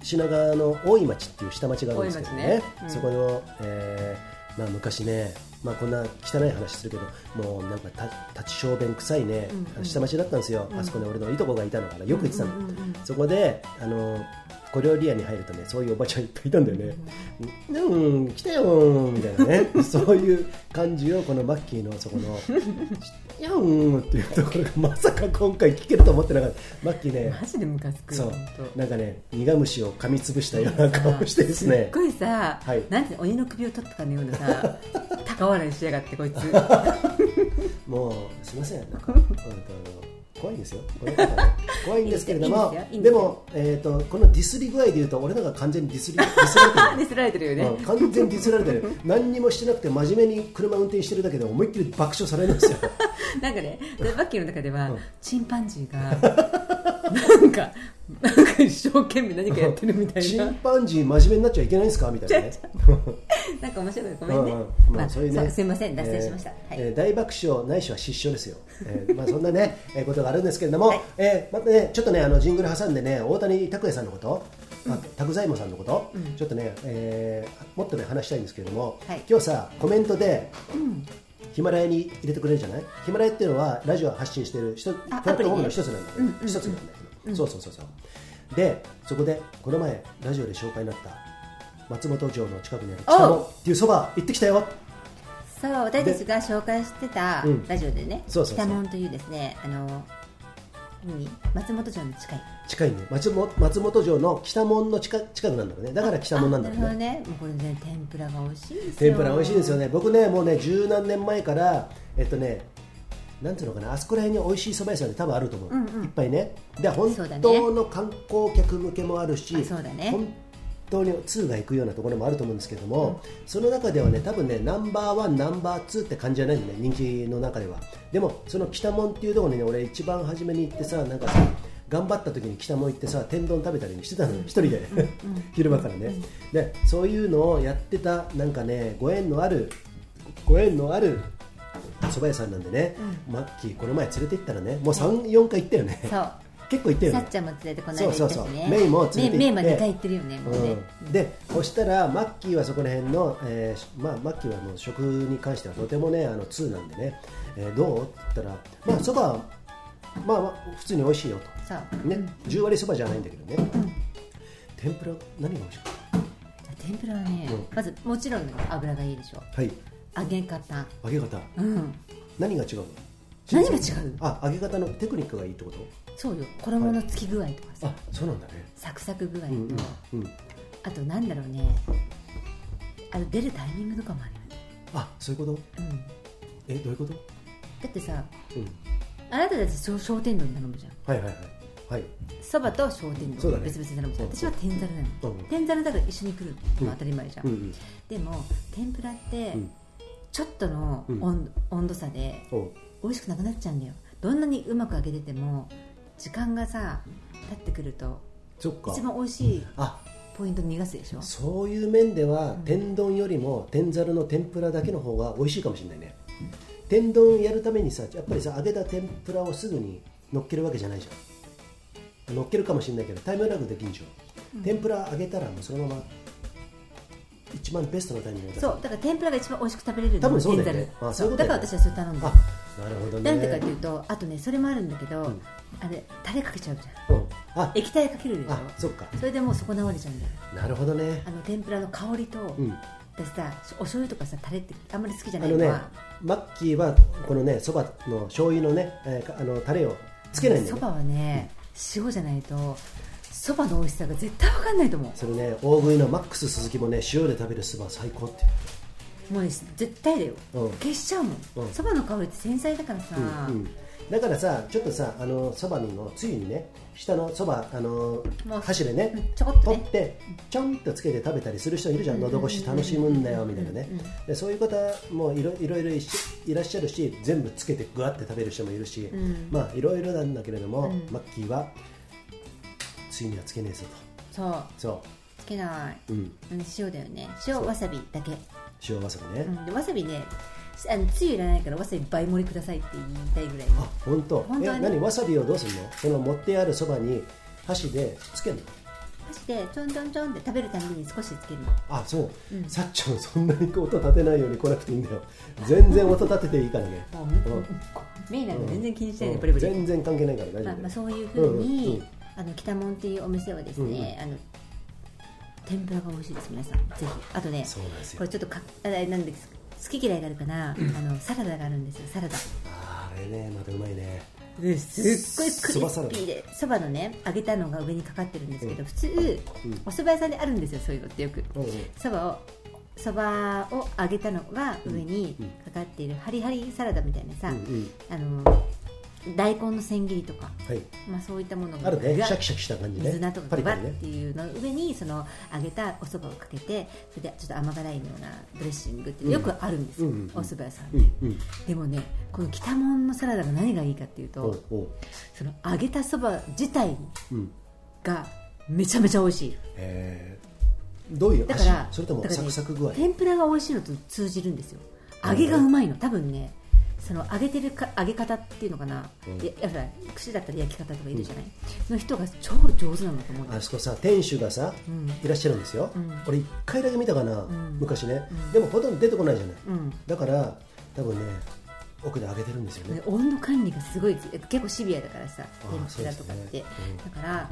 品川の大井町っていう下町があるんですけどね
大井町ねうん
そこの、えーまあ、昔ね、まあ、こんな汚い話するけどもうなんかた立ち小便臭いね、
うんうん
下町だったんですよ、あそこに俺のいとこがいたのかなよく言ってたの、
うんうんうんうん
そこであの小料理屋に入るとねそういうおばちゃんいっぱいいたんだよね「うん、来たよー」みたいなねそういう感じをこのマッキーのそこの「いやうん」っていうところがまさか今回聞けると思ってなかったマッキーね
マジでムカつく
そう
ほんと
なんかね苦虫を噛みつぶしたような顔をしてで
す
す
っ
ね
ごいさ、
はい
なんて鬼の首を取ったかのような さ高笑いしやがってこいつ
もうすみませんなん かうんと怖いんですよこの方ね怖いんですけれども
いいですよい
で
いんですよ
も、えー、とこのディスり具合でいうと俺なんか完全にディスりディスられてる
ディスられてるよね、
うん完全にディスられてる何にもしてなくて真面目に車運転してるだけで思いっきり爆笑されるん ですよ
なんかねバッキーの中では、
うん
チンパンジーがなんかなんか一生懸命何かやってるみたい
チ
な
ンパンジー真面目になっちゃいけないんですかみたいなね
なんか面白いごめんね、
うんうん
ま
ま
あ
あ
そ
そうういうね
すいません脱線しました、
えー
はい
えー大爆笑ないしは失笑ですよ、えーまあ、そんなね、 えーことがあるんですけれども、えーまたねちょっとねあのジングル挟んでね大谷拓也さんのことあ拓左衛門さんのこと、ちょっとね、えーもっとね話したいんですけれども、
はい
今日さコメントで、ヒマラヤに入れてくれるじゃないヒマラヤっていうのはラジオ発信してる人プラ
あ
ットフォーム
アプリ
の
ね
一つなんだけど、一つなんだけど、そうそうそうそうでそこでこの前ラジオで紹介になった松本城の近くにある
おう
北門っていうそば行ってきたよ
そう私たちが紹介してた
うん
ラジオでね、
そうそうそう
北門というですねあの何松本城に近い
近いね松本松本城の北門の近近くなんだろうねだから北門なんだろう
あ
ね
るほどねもうこれね天ぷらが美味しいですよ
天ぷら美味しいですよね僕ねもうね十何年前からえっとねなんていうのかなあそこら辺に美味しい蕎麦屋さんって多分あると思う、
うんうん
いっぱいねで本
そうだね
当の観光客向けもあるし
あそうだね
本当に通が行くようなところもあると思うんですけども、その中ではね多分ねナンバーワンナンバーツーって感じじゃないんだね人気の中ではでもその北門っていうところにね俺一番初めに行ってさなんかさ頑張った時に北門行ってさ天丼食べたりしてたのよ一人で、 昼間からね、でそういうのをやってたなんかねご縁のあるご縁のある蕎麦屋さんなんでね、マッキーこの前連れて行ったらねもう34回行ったよね
そう
結構行ったよ
さ
ね
っちゃんも連れてこないで行
そ
っ
う
たし
そうそう
ね
メイも連れて行って
メイメイは2回行ってるよねもうね、
うん、でそしたらマッキーはそこら辺の、えーしまあ、マッキーはもう食に関してはとてもねあの通なんでね、えーどうって言ったらまあそばはまあまあ普通に美味しいよ
そう
と、ね、10割そばじゃないんだけどね、天ぷら何が美味しかっ
天ぷらはね、
う
まずもちろん油がいいでしょ
たはい
揚げ方
揚げ方
うん
何が違うの
何が違う
あ揚げ方のテクニックがいいってこと
そうよ衣のつき具合とかさ、
あそうなんだね
サクサク具合と、
うんうん、うん、
あとなんだろうねあの出るタイミングとかもあるよね、
あそういうこ
う
と
ん、
えどういうこと
だってさ
うん
あなたたち商商天丼頼むじゃん
はいはいはいはい
そばと商天
そうだ
丼
ね
別々に頼むじゃん、
うん
私は天ざるなの、
うん
天ざるだから一緒に来るのは当たり前じゃん、
うんうん
でも天ぷらって
うん
ちょっとの
うん
温,、温度差で
おう
美味しくなくなっちゃうんだよどんなにうまく揚げてても時間がさ経ってくると
そっか
一番美味しい
あ
ポイント逃がすでしょ、
そういう面では天丼よりも天ざるの天ぷらだけの方が美味しいかもしれないね天丼やるためにさやっぱりさ揚げた天ぷらをすぐに乗っけるわけじゃないじゃん乗っけるかもしれないけどタイムラグできんじゃん、天ぷら揚げたらもうそのまま一番ベストのタイミングだ
そうだから天ぷらが一番美味しく食べれる
多
のが
分そう
天
だ
ざ
よね
る
あそう
そ
いう
う
こと
だ
だ
から
よね
私はそれ頼んだ
あなるほどね
なんでかっていうとあとねそれもあるんだけど、
ん
あれタレかけちゃうじゃん
うんあ
液体かけるでしょ
あそっか
それでもう損なわれちゃうんだよ
なるほどね
あの天ぷらの香りと、
うん
私さお醤油とかさタレってあんまり好きじゃ
あ
ない
の
の
ね
は、
マッキーはこのねそばの醤油のね、えーかあのタレをつけないんだ
そ
よね
ばはね塩じゃないとそばの美味しさが絶対分かんないと思
それね大食いのマックス鈴木もね塩で食べるそば最高って
うもうね絶対だよ、
うん
消しちゃうも
うんん
そば、の香りって繊細だからさ、
うんうんだからさちょっとさあのそばのつゆにね下のそばあの
もう
箸でね
ちょこっと
取
ね
ってちょんとつけて食べたりする人いるじゃん喉越し楽しむんだよみたいなねでそういう方もいろいろいろいしいらっしゃるし全部つけてぐわって食べる人もいるし、
ん
まあいろいろなんだけれども、
ん
マッキーはつゆにはつけねえぞ
そう
とそ、
つけないう
うん、
うん塩だよね塩わさびだけ、
塩わさびね、
うん、でわさびねあのつゆいらないからわさび倍盛りくださいって言いたいぐらい
あ本当
本当は
え
ね
何わさびをどうするのその持ってあるそばに箸でつけるの
そしてちょんちょんちょんって食べるたびに少しつけるの
あそう、さっちゃんそんなに音立てないように来なくていいんだよ全然音立てていいから ね、
もう
うん
メインなんか全然気にしないで
うん
ブリブリ
全然関係ないから大丈
まあ
夫、
まあ、そういうふうに、
うんうん
あの北門っていうお店はですね、あの天ぷらが美味しいです皆さんぜひあとね
そうなんですよ
これちょっとかあれなんです好き嫌いがあるから、あのサラダがあるんですよサラダ
ああれねまたうまいね
すっごいク
そば
リ
サ
ス
ラダ
ピーでそばのね揚げたのが上にかかってるんですけど、普通、お蕎麦屋さんであるんですよそういうのってよく
うんうん
そば、をそばを揚げたのが上にかかっているハリハリサラダみたいなさ、
うん
あの大根の千切りとか、
はい
まあ、そういったものが
あるねシ
ぐわっ
ャキシャキした感じね
水菜とか
パリ
バ
パリ
ッっ
ね
ていうの上にその揚げたお蕎麦をかけてそれでちょっと甘辛いようなブレッシングってよくあるんですよ、
うんうんうん
お蕎麦屋さん
う
で、
んうん
でもねこの北門のサラダが何がいいかっていうと、
おうおう
その揚げたそば自体
うん
がめちゃめちゃ美味しい
えー、どういう
だ
箸
から
それとも
だから
サ
ね
クサク具合、
天ぷらが美味しいのと通じるんですよ揚げがうまいの多分ねその揚げてるか揚げ方っていうのかな、
うん
いややっぱり串だったら焼き方とかいるじゃない、の人が超上手なんだと思うんだよ
あそこさ店主がさ、いらっしゃるんですよ、俺1回だけ見たかな、昔ね、でもほとんど出てこないじゃない、
ん
だから多分ね奥で揚げてるんですよね、
ね温度管理がすごい結構シビアだからさ
あー
天ぷらとかって、
そうですね
だから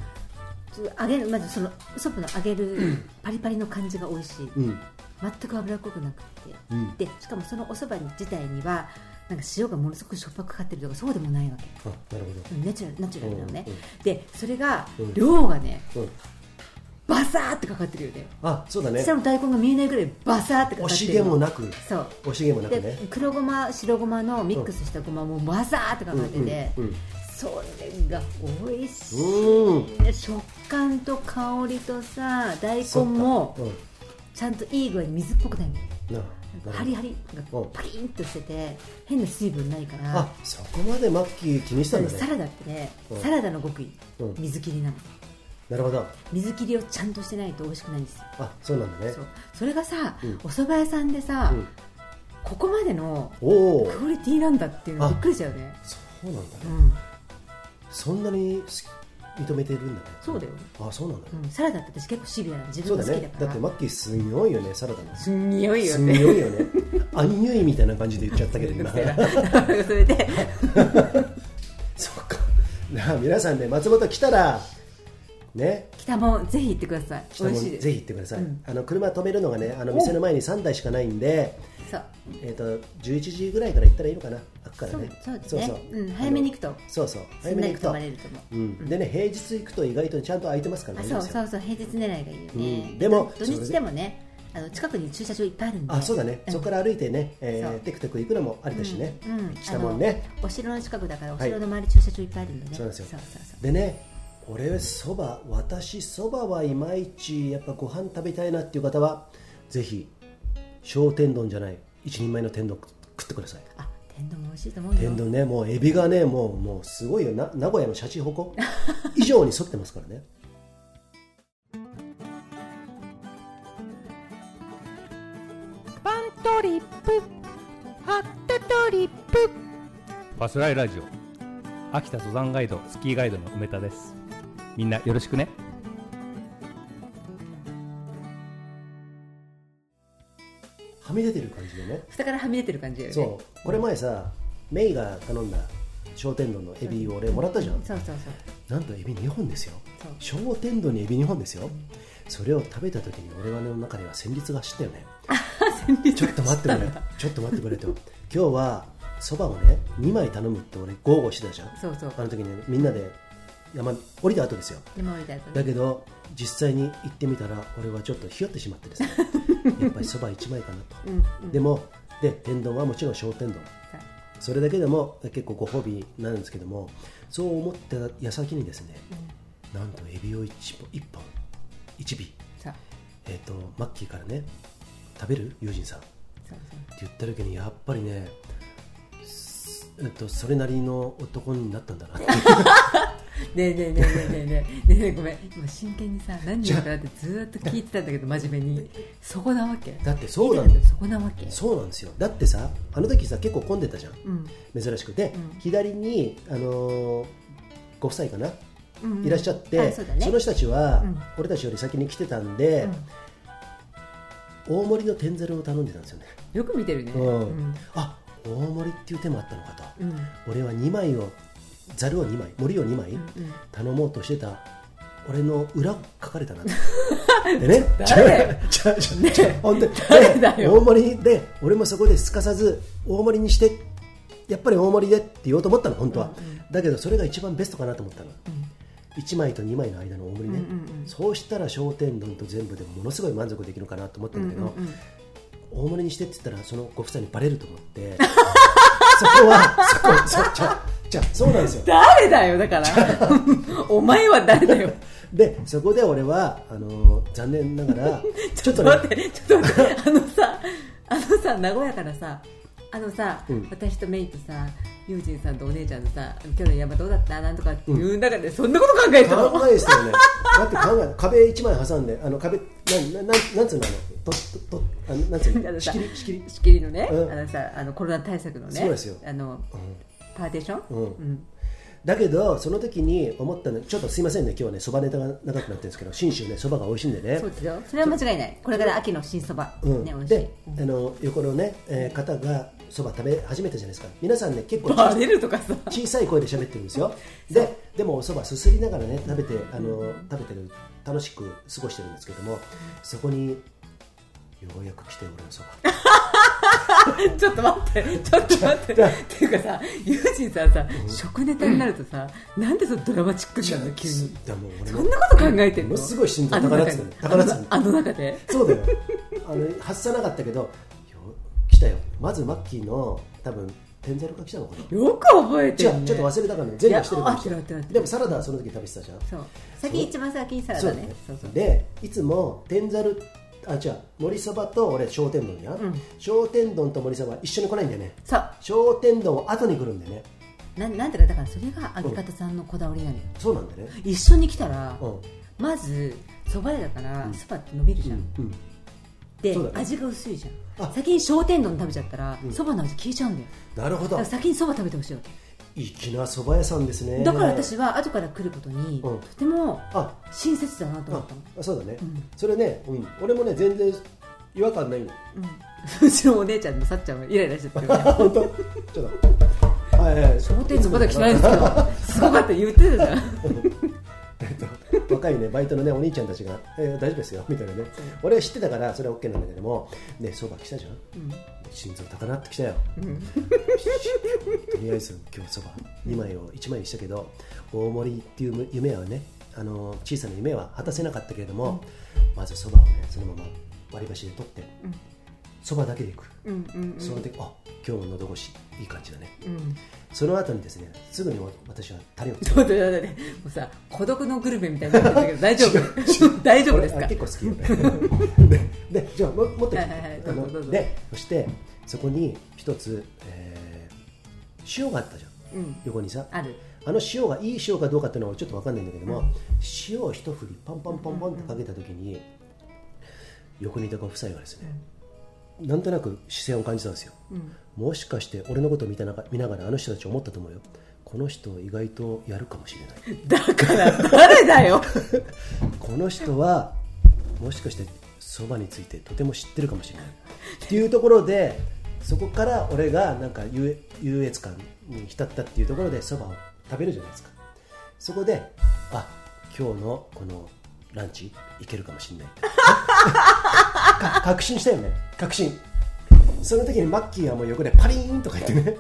揚げるまずそのソープの揚げるパリパリの感じが美味しい、
うん
全く脂っこくなくて、
うん
でしかもそのおそば自体にはなんか塩がものすごくしょっぱくかかってるとかそうでもないわけ
あなるほど
ナチュラルナチュラルなのね、
うんうん
でそれが
うん
量がね
うん、
バサーってかかってるよね
あそうだね
下の大根が見えないぐらいバサーってかか
惜
って
し
る
げもなく
そう
惜しげもなく
で、
ね
黒ごま白ごまのミックスしたごまもバサーってかかってて、
うんうん
それが美味し
う
い、
んうん
ね食感と香りとさ大根も
そっか
ちゃんといい具合に水っぽくないの
うんななるほど
ハリハリ
うん
パリンとしてて変な水分ないから
あそこまでマッキー気にしたんだ
サ
ね
ラダってね
うん
サラダの極意
うん
水切りなの
なるほど
水切りをちゃんとしてないと美味しくないんですよ
あそうなんだね
そうそれがさ、
うん
お蕎麦屋さんでさ、
うん
ここまでの
おお
クオリティなんだっていうの
あ
びっくりしたよね
そうなんだ
う
ね
ん、
そんなに好き認めてるんだね
そうだよ
あそうなんだ
うん、サラダって私結構シビアなの自分
そう
が
だ
好きだ
ね
か
だ
ら
ってマッキーすんごいよねサラダの
すんごいよ
す
っ
ん
て
ごいよね アンニュイみたいな感じで言っちゃったけど今
それで
そっかなあ皆さんね松本来たらね
北もぜひ行ってください
来
美
たも
味しいです
ぜひ行ってください、
うん
あの車止めるのがねあの店の前に3台しかないんで
そう
えー、と11時ぐらいから行ったらいいのかな、開くからね、
そうそうですねうん
あの
早めに行くと
そうそう、
す
早
ん
め
な
に
り
行く
止
と
ま、れると思う
うん、でね、平日行くと意外とちゃんと空いてますから
あ
ね、
そう
お店
そうそう平日狙いがいいよね、
うんでも
土日でもねあの近くに駐車場いっぱいあるんで
あそうだね、そこから歩いてね、え
そう
ー、テクテク行くのもありだしね、
うんうん
したもんね、
あのお城の近くだからお
はい
城の周り駐車場いっぱいあるんでね、
そうなんですよ
そうそうそう
でね、俺、そば、私、そばはいまいち、やっぱご飯食べたいなっていう方は、ぜひ、小天丼じゃない、一人前の天丼食ってください。
あ天丼も美味しいと思うよ
天丼ね、もうエビがね、もうもうすごいよ、な名古屋のシャチ ホコ以上に沿ってますからね。
パントリップハットトリップ
バスライラジオ秋田登山ガイドスキーガイドの梅田ですみんなよろしくね
はみ出てる感じでね。
蓋からはみ出てる感じだよね
そうこれ前さメイが頼んだ商店丼のエビを俺もらったじゃん
そうそうそう
なんとエビ2本ですよ
そう
商店丼にエビ2本ですよそれを食べた時に俺はの中では戦慄が走ったよね ちょっと待って くれちょっと待ってくれと今日はそばをね2枚頼むって俺豪語してたじゃん
そうそう
あの時ねみんなで山降りた後ですよ
でもみたいな
だけど実際に行ってみたら俺はちょっとひよってしまってですねやっぱりそば1枚かなと、でもで天丼はもちろん小天丼それだけでも結構ご褒美なんですけどもそう思った矢先にですね、なんとエビを 1, 一本1尾
そう
えっ、とマッキーからね食べる友人さん
そう
って言った時にやっぱりね、すえっと、それなりの男になったんだなって
そうねえねえねえねえねえねえねえごめん今真剣にさ何人かなってずーっと聞いてたんだけど真面目にそこなわけ
だってそうなん
聞い
だ
てたけどそこなわけ
そうなんですよだってさあの時さ結構混んでたじゃん、
うん
珍しくで、左に、あのーご夫妻かな、
うんうん
いらっしゃって、
あそうだね
の人たちは、
うん
俺たちより先に来てたんで、大盛りの天ざるを頼んでたんですよね、
よく見てるね
うん
うん
あ大盛りっていう手もあったのかと、
うん
俺は2枚をざるを2枚盛りを2枚
うん
頼もうとしてた俺の裏を書かれ たなってでねち
誰
ゃ ちゃちゃちゃ本当に
誰だよ
で大盛りで俺もそこですかさず大盛りにしてやっぱり大盛りでって言おうと思ったの本当は、だけどそれが一番ベストかなと思ったの、1枚と2枚の間の大盛りね、そうしたら商店丼と全部でものすごい満足できるかなと思ったんだけど、大盛りにしてって言ったらそのご夫妻にバレると思って そこはそこそじゃじゃそうなんです よ
誰だよだから お前は誰だよ
でそこで俺はあのー残念なが ら ちょっとね
待ってちょっと待ってあのさあのさ和やからさあのさ、
うん
私とメイとさユージンさんとお姉ちゃんのさ今日の山どうだったなんとかっていう中でそんなこと考えたの、
考えですよねだって考えた壁一枚挟んであの壁なんなんなんつうのあのとととあのなんつ う
あの
の
さ
仕切り仕切り
仕切りのね、
うん
あのさあのコロナ対策のね
そうですよ
あの、パーテーション、
うんだけどその時に思ったのちょっとすいませんね今日はねそばネタが長くなってるんですけど信州ねそばが美味しいんでね
そうですよそれは間違いないこれから秋の新そば、
うん
ね美味しい
で、あの横のね、えー方がそば食べ始めたじゃないですか皆さんね結構
バレるとかさ
小さい声で喋ってるんですよででもおそばすすりながらね食べてあの、食べてる楽しく過ごしてるんですけどもそこにようやく来て俺おそば
ちょっと待って、ちょっと待って。っていうかさ、ユージンさんさ、食ネタになるとさ、なんでそのドラマチックになるの急に。
だもう俺
そんなこと考えてん
も
の
のすごい心臓
あの
宝
中で
塚だよ宝塚
あの中で。
そうだよあの発さなかったけどよ来たよまずマッキーの多分天ざるが来たのかな
よく覚えて
じゃ
る
あ
ね。
ちょっと忘れたからね全部してるかもしれ
いや合ってる合ってる合っ
ない
てる
でもサラダはその時食べてたじゃん
そう。先一番先にサラ
そう
ダ
だね
ね。そうそう。
でいつも天ざるあじゃあ盛りそばと俺小天丼や、
ん
小天丼と盛りそば一緒に来ないんだよね
そう。
小天丼は後に来るんだよね
なんなんていうか、だからそれが揚げ方さんのこだわりなのよ。
そうなんだよね
一緒に来たら、
うん
まず、そば屋だから、そばって伸びるじゃん。
うん
で
そうだ、ね
味が薄いじゃん。
あ
先に商店丼食べちゃったら、そばの味消えちゃうんだよ。
なるほ
だ
ど
から先にそば食べてほしいわけ。
粋な蕎麦屋さんですね
だから私は後から来ることに、
うん
とても
あ
親切だなと思
あ
ったの、
そうだね、それね、うん、俺もね全然違和感ないの
うちのお姉ちゃんのさっちゃんもイライラしちゃってる
本当ちょっ とはい はい
商店のまだ来てないんですけどすごかった言ってたじゃん
若いねバイトのねお兄ちゃんたちが、えー大丈夫ですよみたいなね俺は知ってたからそれは OK なんだけどもねそば来たじゃん、心臓高鳴ってきたよ、 とりあえず今日そば2枚を1枚にしたけど大盛りっていう夢はねあの小さな夢は果たせなかったけれども、まずそばをねそのまま割り箸で取ってそば、蕎麦だけでいく、それであ今日も喉越しいい感じだね、その後にですねすぐに私はタレをつけ
ちょっと待ってもうさ孤独のグルメみたいになってるんだけど大丈夫 大丈夫です
俺
か
あ結構好きよ ねででじゃあももっといい
はいはいはい
あの
どうぞどうぞ
でそしてそこに一つ、えー塩があったじゃん、
うん
横にさ
ある
あの塩がいい塩かどうかっていうのはちょっと分かんないんだけども、塩を一振りパンパンパンパンってかけた時に、横にいたご夫妻がですね、なんとなく視線を感じたんですよ、もしかして俺のことを見たなが見ながらあの人たち思ったと思うよこの人意外とやるかもしれない
だから誰だよ
この人はもしかしてそばについてとても知ってるかもしれないっていうところでそこから俺がなんか優優越感に浸ったっていうところでそばを食べるじゃないですかそこであ今日のこのランチいけるかもしれないか確信したよね確信その時にマッキーはもう横でパリーンとか言ってね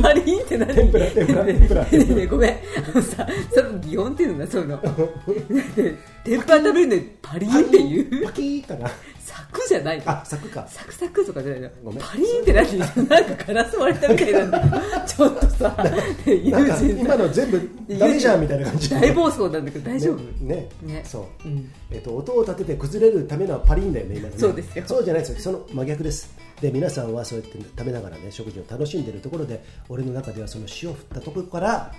パリンって何
天ぷら天ぷら天ぷら天ぷら
ねえごめんあのさその擬音っていうのがそういうのだって天ぷら食べるのにパリンっていう
パキーンかな
サクじゃないの
あ柵か
サクサクとかじゃないの
ごめん
パリーンって何なんかガラス割れたみたいなんだけどちょっとさ友
なんか
人
今
さ
の全部ダメじゃんみたいな感じ
大暴走なんだけど大丈夫、
ねね
ね
そ
う
う、
ん
えっと音を立てて崩れるためのはパリンだよね今ね
そうですよ
そうじゃないですよその真逆ですで皆さんはそうやって食べながらね食事を楽しんでるところで俺の中ではその塩を振ったところから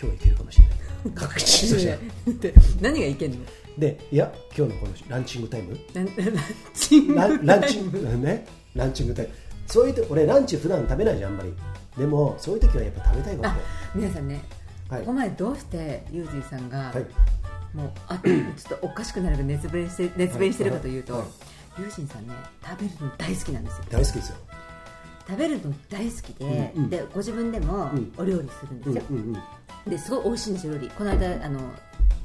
今日いけるかもしれない 確信とし
いや
て
だって何がいけんの
でいや今日のこのランチングタイム
ランチング
ランランチングねランチングタイムそういうと俺ランチ普段食べないじゃんあんまりでもそういう時はやっぱ食べたいわ
あ皆さんね、
はい
ここまでどうしてユージーさんが、
けはい
もうあちょっとおかしくなるぐらい熱弁して熱弁してるかというと、
はいは
ユージンさんね食べるの大好きなんですよ
大好きですよ
食べるの大好きで,、
うんうん
でご自分でも
うん
お料理するんです
う
よ、
んうん うん
ですごい美味しいんですよ料理この間あの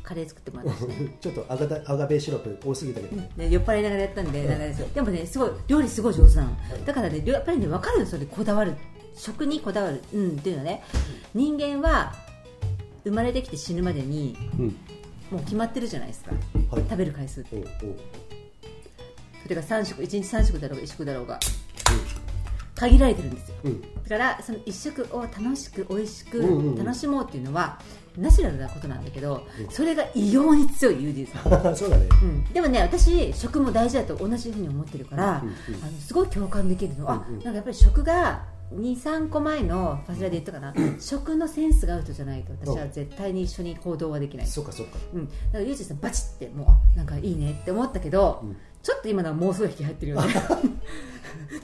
カレー作ってもらったし、ね、
ちょっとアガタアガベシロップ多すぎたけど、
で酔っ払いながらやったんでなんかですよでもねすごい料理すごい上手なのだからねやっぱりね分かるのそれこだわる食にこだわる、うん、っていうのはね人間は生まれてきて死ぬまでに
うん
もう決まってるじゃないですか、
はい
食べる回数って
おうおう
それが3食1日3食だろうが1食だろうが限られてるんですよ
うん
だからその1食を楽しく美味し
うんうんう
く
ん
楽しもうっていうのはナチュラルなことなんだけどそれが異様に強いユージーさん
そうだね
うん、でもね私食も大事だと同じふうに思ってるから、あのすごい共感できるの、あなんかやっぱり食が23個前のファスラで言ったかな、食のセンスが合う人じゃないと私は絶対に一緒に行動はできない、
そうかそうか
うん、だからユージさんバチってもうあなんかいいねって思ったけど、ちょっと今のは妄想引き入ってるよね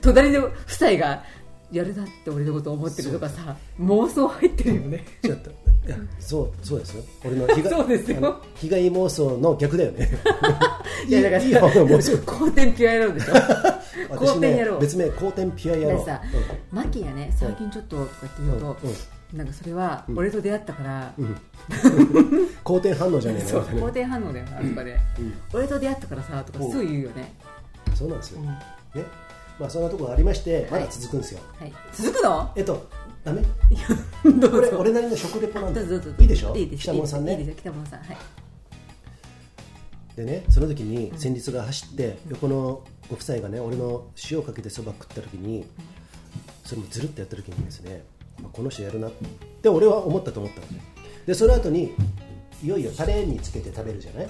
隣の夫妻がやるなって俺のこと思ってるとかさ妄想入ってるよね
違ったいやそうそうですよ俺の被 害
そうですよ
あの被害妄想の逆だよねいい
やだから
いい方の妄想
後天ピュア野郎でしょ 後
私
天野
ね
郎
別名後天ピア野
だ
郎
からさ、マッキーがね最近ちょっととか言って言うと、
うんうん
なんかそれは俺と出会ったから、
好転反応じゃねえ
そう
の
肯定反応だよなあそこで、俺と出会ったからさとかすぐ言うよね、
そうなんですよ、
うん
ね
は
まあそんなところがありましてまだ続くんですよ、
い、続くの
えっとダメ
ど
こ
う
れ
ぞ
俺なりの食レポなん
ど
で
うぞどうぞ
いいでしょ
いいです
北門さんね
いいですよ北門さんはい
でねその時に戦慄が走って、横のご夫妻がね俺の塩をかけてそば食った時に、それもずるっとやった時にですね、まあこの人やるなって俺は思ったと思ったのねでその後にいよいよタレにつけて食べるじゃない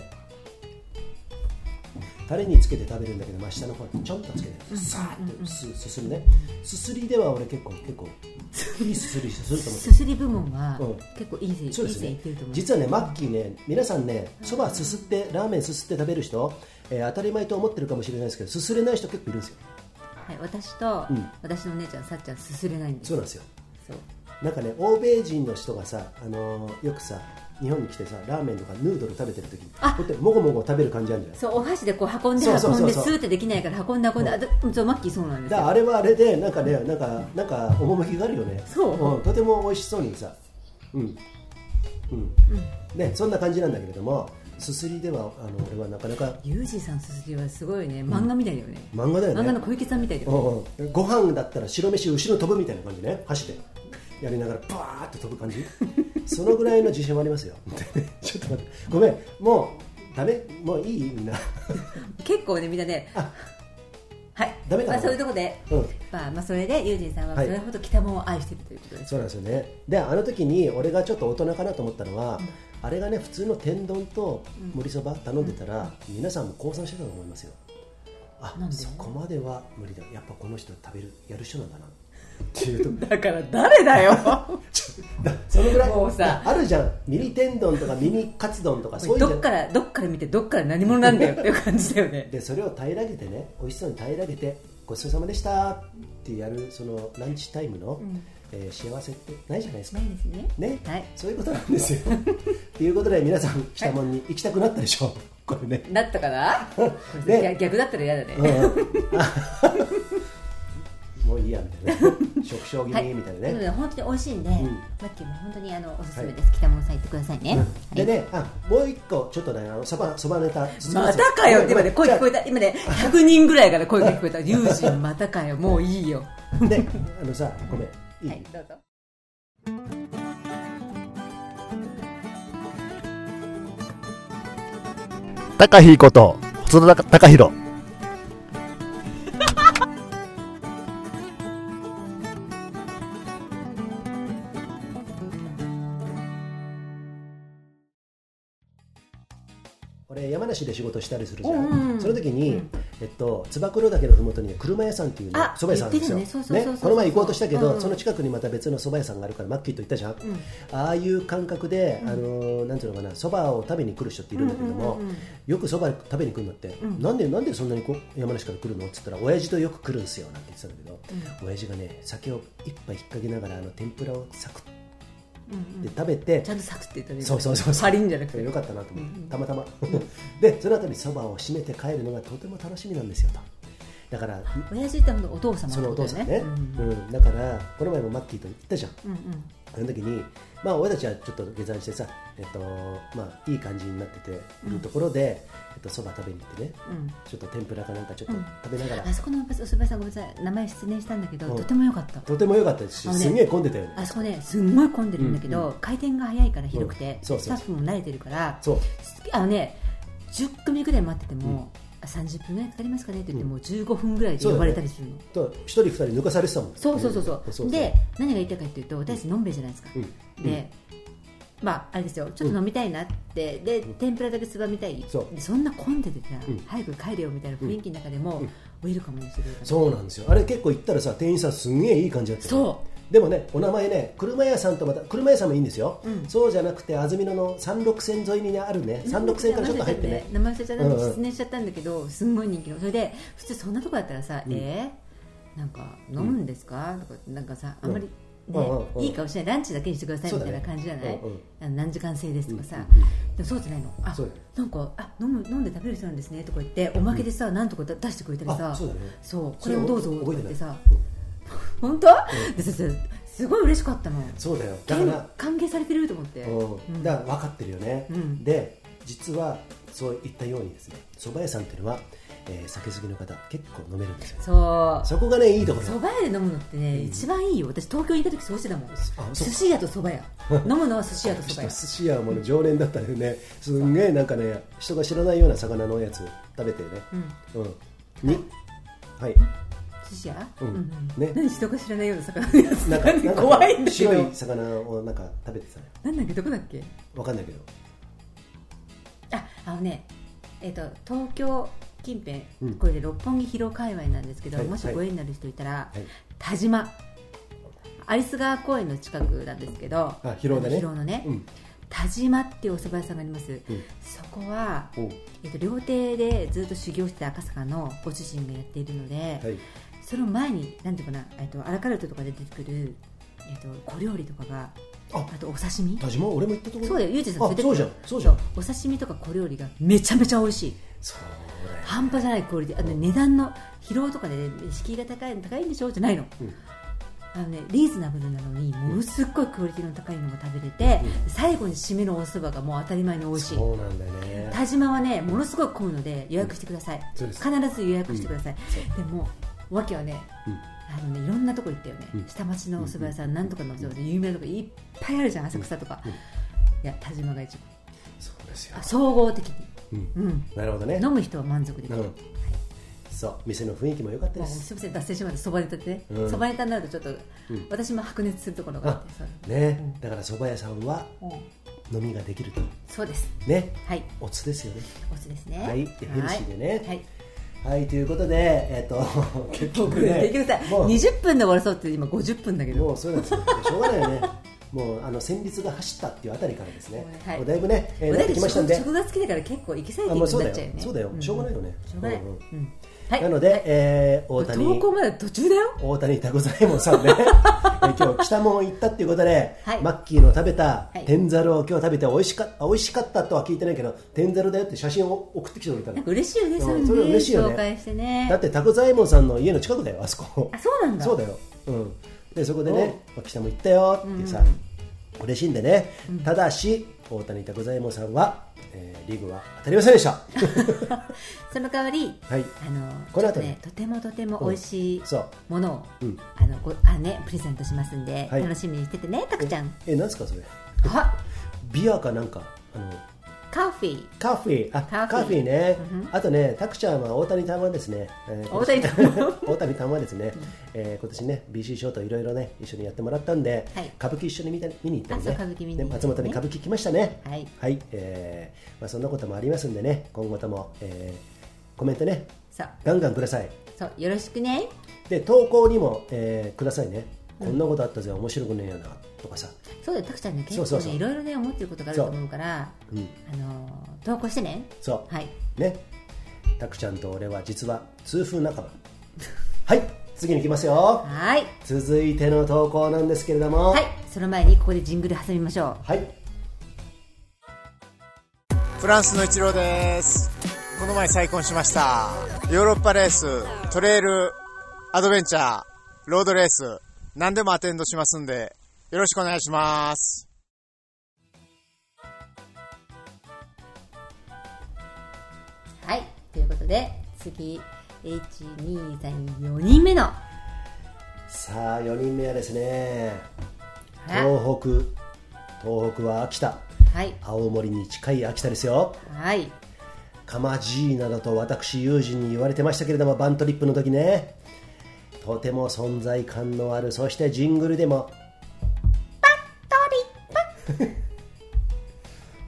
タレにつけて食べるんだけど、まあ、下の方にちょんとつけてさーっとすすするねすすりでは俺結構結構いいすすりすると思って
すすり部門は
うん
結構いい線いい
そうです
線い
ね
ってると思う
実はねマッキーね皆さんねそばすすってラーメンすすって食べる人、えー当たり前と思ってるかもしれないですけどすすれない人結構いるんですよ
はい、私と、
うん
私のお姉ちゃんさっちゃんすすれないんです
そうなんですよ
そう
なんかね欧米人の人がさ、あのーよくさ日本に来てさラーメンとかヌードル食べてる時に
あ
こうやってもごもご食べる感じあるんじゃない
そうお箸でこう運んで
そうそうそうそう
運んでスーってできないから運んで運んであでそうマッキーそうなんです
だから
よ
あれはあれでなんかねなんかなんか趣があるよね
そう
うんとても美味しそうにさうんうん、ねそんな感じなんだけれどもすすりではあの俺はなかなか
ユージさんすすりはすごいね漫画みたいだよね、
漫画だよね
漫画の小池さんみたいだよね、
うんうんご飯だったら白飯後ろ飛ぶみたいな感じね箸でやりながらバーッと飛ぶ 感じそのぐらいの自信もありますよちょっと待ってごめんもうダメもういい みんな
結構ねみんなね
あ
はい
ダメなの
まあ、そういうとこで、
うん
まあまあ、それでユージンさんは
はい
それほど北門を愛してるということです、
そうなんですよねであの時に俺がちょっと大人かなと思ったのは、あれがね普通の天丼と盛りそば頼んでたら、皆さんも降参してたと思いますよあ
なんで
そこまでは無理だやっぱこの人食べるやる人な んだなっていうと
だから誰だ よ
だそのぐらい
もうさ
あるじゃんミニ天丼とかミニカツ丼とかそういうんじゃ
どっ
ん
からどっから見てどっから何者なんだよっていう感じだよね
でそれを平らげてね美味しそうに平らげてごちそうさまでしたってやるそのランチタイムの、えー幸せってないじゃないですか
ないですね
ね、
はい
そういうことなんですよということで皆さん北門に行きたくなったでしょうこれね
なったかな
ね
逆逆だったら嫌だね、
うん あもういいやみたいな食傷気
はい、
味みたい
というこ
な
と
ね、
で本当に美味しいんで、
ん
マッキーも本当にあのおすすめです、北門さん行ってくださいね、
うんでね、あもう一個ちょっとねあのそばそばネタ
またかよって今ね声聞こえ
た
た今ね100人ぐらいから声が聞こ えた友人またかよもういいよ
であのさごめんいい、
はいどうぞ
高ひこと細田高弘
俺山梨で仕事したりするじゃ
うんうんうんん
その時に、えっと燕岳のふもとにね車屋さんっていうね
あ
蕎麦屋さんあるんですよ、
言ってたねそうそうそうそうそう
この前行こうとしたけど、
うんうん
その近くにまた別の蕎麦屋さんがあるからマッキーと行ったじゃん、ああいう感覚で、あのーなんていうのかな蕎麦を食べに来る人っているんだけども、よく蕎麦食べに来るんだって、なんでなんでそんなにこう山梨から来るのって言ったら親父とよく来るんですよなんて言ってたんだけど、親父がね酒を一杯引っ掛けながらあの天ぷらをサクッて食べて、
ちゃんとサクって言ったね
そうそうそうそ
パ
う
リンじゃなくて
よかったなと思って、たまた までその後にそばを締めて帰るのがとても楽しみなんですよとだから
親父ってほんとお父様
そのお
こと
父
だ
さ
よ
んね、うんだからこの前もマッキーと言ったじゃん、その時にまあ俺たちはちょっと下山してさえっとまあいい感じになってているところで、えっとそば食べに行ってね、ちょっと天ぷらかなんかちょっと食べながら、
あそこのお蕎麦屋さんごめんなさい名前失念したんだけど、
うん
とても良かった
とても良かったですし、
あのね
すんげえ混んでたよね
あそこねすんごい混んでるんだけど、回転が早いから広くて、
うんそうそう
スタッフも慣れてるから
そう
すあのね10組ぐらい待ってても、あ30分ぐらいかかりますかねって言って、もう15分ぐらいで呼ばれたりするの
と一人二人抜かされてたもん
そうそうそうそう,、
んそう
で何が言いたいかっていうと私たちのんべえじゃないですか、
うん
で、まああれですよちょっと飲みたいなって、で天ぷらだけつばみたい
そう
でそんな混んでてたら、
うん
早く帰れよみたいな雰囲気の中でも、ウェルカムにしてくれた
そうなんですよあれ結構行ったらさ店員さんすんげえいい感じだったよ
そ
でもねお名前ね車屋さんとまた車屋さんもいいんですよ、
うん
そうじゃなくて安曇野の三六線沿いにねあるね三六線からちょっと入ってね
名前忘れちゃった
うんうん
失念しちゃったんだけど、すんごい人気のそれで普通そんなとこだったらさ、えーなんか飲むんですか、とかなんかさあんまり、ね
うんうんうん
いい顔しないランチだけにしてくださいみたいな感じじゃない、
そうだね
あの何時間制ですとかさ、でもそうじゃないのあ
そうだね
なんかあ飲む飲んで食べる人なんですねとか言っておまけでさ、なんとか出出してくれたりさ
あそうだね
そうこれをどうぞとか言ってさ
覚えて
本当、でささすごい嬉しかったもん
そうだよだか
歓
ら
歓迎されてると思って
う
うん
ん、だから分かってるよね、
うん
で実はそう言ったようにですね蕎麦屋さんっていうのは、えー酒好きの方結構飲めるんですよ
そう
そこがねいいところ
蕎麦屋で飲むのってね、一番いいよ私東京にいた時そうしてたもん
あ
寿
そう
司屋と蕎麦 屋飲むのは寿司屋と
ち
蕎麦
ょっと寿
屋
司屋はもう常連だったんでねすんげえなんかね人が知らないような魚のやつ食べてね
うん
うんにはい
寿司屋、
うん
ね
ね、
何人か知らないような魚のやつ
なんかなんか
怖いんだけど
白い魚をなんか食べてたね
なんだっけどこだっけ
わかんないけど
ああのねえっ、と東京近辺、
うん
これで六本木広界隈なんですけど、
はい
もしご縁になる人いたら、
い
田島有栖川公園の近くなんですけど
あ広尾だね
広尾のね、
うん
田島っていうお蕎麦屋さんがあります、
うん
そこは、
おう
えっと料亭でずっと修行してた赤坂のご主人がやっているので、
はい
その前になんていうかな、えっとアラカルトとかで出てくる、えっと小料理とかがあ
あ
とお刺身
田島俺も行ったところ
そうだよゆうじさん連れて
あそうじゃんそうじゃん
お刺身とか小料理がめちゃめちゃ美味しい
そうだよ
半端じゃないクオリティあとね値段の疲労とかで、ね、敷居が高い高いんでしょじゃないの,、
うん
あのね、リーズナブルなのにものすっごいクオリティの高いのが食べれて、最後に締めのお蕎麦がもう当たり前に美味しい
そうなんだよね
田島はねものすごい混むので予約してください、
そうです
必ず予約してください、でもわけはね、あのねいろんなとこ行ったよね、下町のお蕎麦屋さん、なんとかのお蕎麦で有名なとこいっぱいあるじゃん浅草とか、いや田島が一番
そうですよ
あ総合的に、
うん
うん、
なるほどね
飲む人は満足できる、
うんそう店の雰囲気も良かった
も
で
う
す
すみません脱線しましたそばネタってね
うん
そば、ネタになるとちょっと、私も白熱するところがあってそう,、
ねだから蕎麦屋さんは
うん
飲みができると
そうです
ね
はい
おつですよね
お酢ですね
はいヘルシーでね
はい
はいということでえっと 結局ね
結局さ
もう
20分で終わらそうって今50分だけど
もうそうなんですよしょうがないよねもうあの戦慄が走ったっていうあたりからですね、
はい
もうだいぶね、えー、
だっ
慣れ
て
てきました
食
んで
食が好きだから結構エキサイティ
あ
ン
も
グ
うそう
になっ
だ
ちゃうよ
よ
ね
そうだよしょうがないよね
しょうがない、
うんう
う
ん
んはい、
なので、えー
は
大
い、投
谷
稿まで途中だよ
大谷タコ左衛門さん ねえー今日北門行ったっていうことで、
はい
マッキーの食べた
はい
天ざるを今日食べて美味しか美味しかったとは聞いてないけど天ざるだよって写真を送ってきてくれた
なん
の
か嬉しいよね
うん
そういう
それ
のね
嬉しいよね
紹介してね
だってタコ左衛門さんの家の近くだよあそこ
あそうなんだ
そうだよ、うん、でそこでね北も行ったよってさ、嬉しいんでね、ただし大谷拓左衛門さんは、えーリーグは当たりません でした
その代わり、
はい
あの
この
ちょっと
後ね
ねとてもとても美味しい
うんそう
ものを、
うん
あのごあねプレゼントしますんで、
はい
楽しみにしててねたくちゃん
えなんすかそれ
は
ビアかなんかあの
カフィ
カフェあ
カフェ
カフェね、あとね拓ちゃんは大谷たまですね、えー
大谷
今年 大谷たまですね、えー今年ね BC ショートいろいろね一緒にやってもらったんで、
はい
歌舞伎一緒に見た見に行ったり
あそう
ね
歌舞伎見に
ね
行ったりね
松本に歌舞伎来ましたね
はい
えーまあ、そんなこともありますんでね今後とも、えーコメントね
そう
ガンガンください
そうよろしくね
で投稿にも、えーくださいね、こんなことあったぜ面白くねえよなとかさ、
そうだよたくちゃんね結構
そうそ
ね
うそう
いろいろね思ってることがあると思うから
うん、
あの投稿してね
そう、
はい
ねたくちゃんと俺は実は痛風仲間 はい次に行きますよ
はい
続いての投稿なんですけれども
はいその前にここでジングル挟みましょう
はい、
フランスの一郎です。この前再婚しました。ヨーロッパレース、トレイル、アドベンチャー、ロードレース、何でもアテンドしますんで、よろしくお願いします。
はいということで次1234人目のあ
さあ4人目はですね東北東北は秋田
はい
青森に近い秋田ですよ
はい
カマジーなどと私友人に言われてましたけれどもバントリップの時ねとても存在感のあるそしてジングルでもバントリッ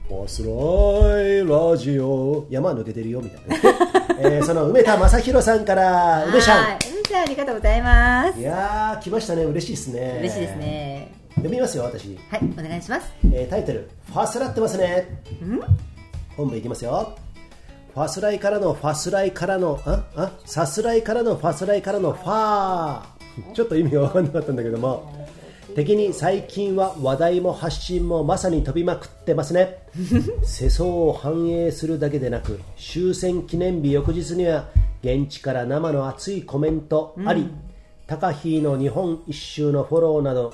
プ面白いラジオ山抜けてるよみたいな ね、えーその梅田正宏さんから梅ち
は
ゃ
い梅ちゃんありがとうございます
んいやー来ましたね嬉しいですね
嬉しいですね
読みますよ私
はいお願いします
えータイトル「ファスラってますね」本部いきますよファスライからのファスライからのああさすらいからのファスライからのファーちょっと意味が分かんなかったんだけども敵に最近は話題も発信もまさに飛びまくってますね世相を反映するだけでなく終戦記念日翌日には現地から生の熱いコメントあり、タカヒーの日本一周のフォローなど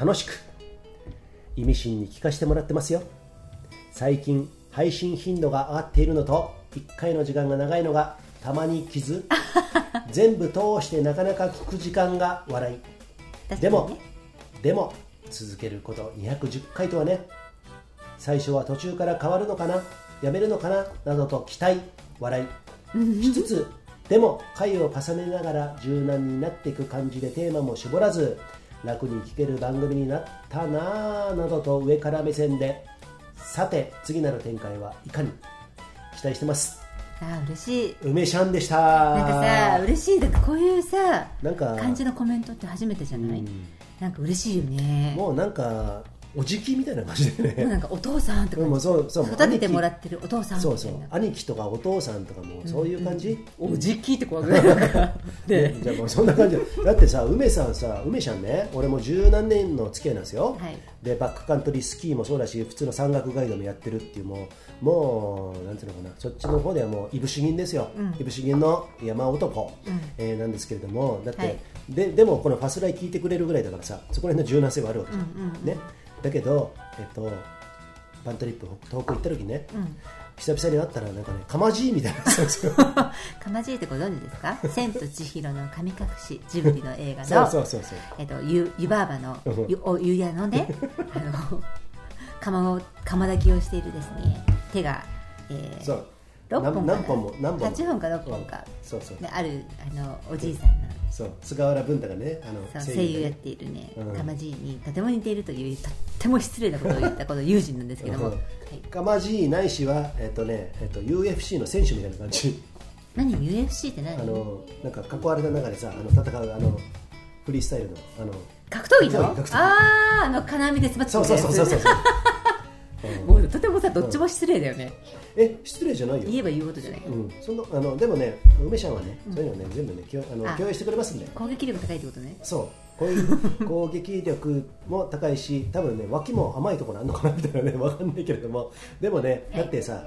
楽しく意味深に聞かせてもらってますよ最近配信頻度が上がっているのと1回の時間が長いのがたまに傷全部通してなかなか聞く時間が笑いでもでも続けること210回とはね最初は途中から変わるのかなやめるのかななどと期待笑いしつつでも回を重ねながら柔軟になっていく感じでテーマも絞らず楽に聞ける番組になったなぁなどと上から目線でさて次なる展開はいかに期待してます
あー嬉しい
梅シャンでした
なんかさ嬉しいだからこういうさ
なんか
感じのコメントって初めてじゃない、なんか嬉しいよね
もうなんかおじきみたいな感じで
もう
ね
なんかお父さんと
うんも
か
うそうそう
育ててもらってるお父さんみたい
そう
な
そう兄貴とかお父さんとかもそういう感じ、
おじきって怖くないなんか
ね、じゃあもうそんな感じだってさ梅さんさ梅ちゃんね俺も十何年の付き合いなんですよ、
はい
でバックカントリースキーもそうだし普通の山岳ガイドもやってるっていうもうもうなんていうのかなそっちの方ではもういぶし銀ですよ、いぶし銀の山男、えーなんですけれどもだって、
はい
ででもこのファスライ聞いてくれるぐらいだからさそこら辺の柔軟性はあるわけじゃん,、ね、だけどえっとパントリップ東北行った時ね、久々に会ったらなんかねかまじいみたいな人なんです よ
かまじいってご存知です か「千と千尋の神隠し」ジブリの映画の
そうそうそうそう
えっと、ゆ湯婆婆の
うん
ゆお湯屋の ねあの釜を釜炊きをしているですね手が、えー
そう
6本かな
何本も何本も
8本か6本か
うん、そうそう
ねあるあのおじいさんの
そう菅原文太がねあの
そう声優や
で
っ、ているね
うん
玉爺にとても似ているというとっても失礼なことを言ったこの友人なんですけども、
う
は
ん
い、
かまじいないしはえっとねえっと UFC の選手みたいな感じ
何 UFC って
あ
何
のなんか囲われた中でさあの戦うあのフリースタイルのあの
格闘技の
格闘技格闘技
あああの金網で詰まって
そうそうそうそうそうう
も
ん
うとてもさどっちも失礼だよね、
え失礼じゃないよ
言えば言うことじゃないけど、
うん、そのあのでもね梅ちゃんはねそういうのね全部ねきょあの
あ
共有してくれますんで
攻撃力高いってことね
そうこういう攻撃力も高いし 多分ね脇も甘いところあるのかなみたいなねわかんないけれどもでもねだってさ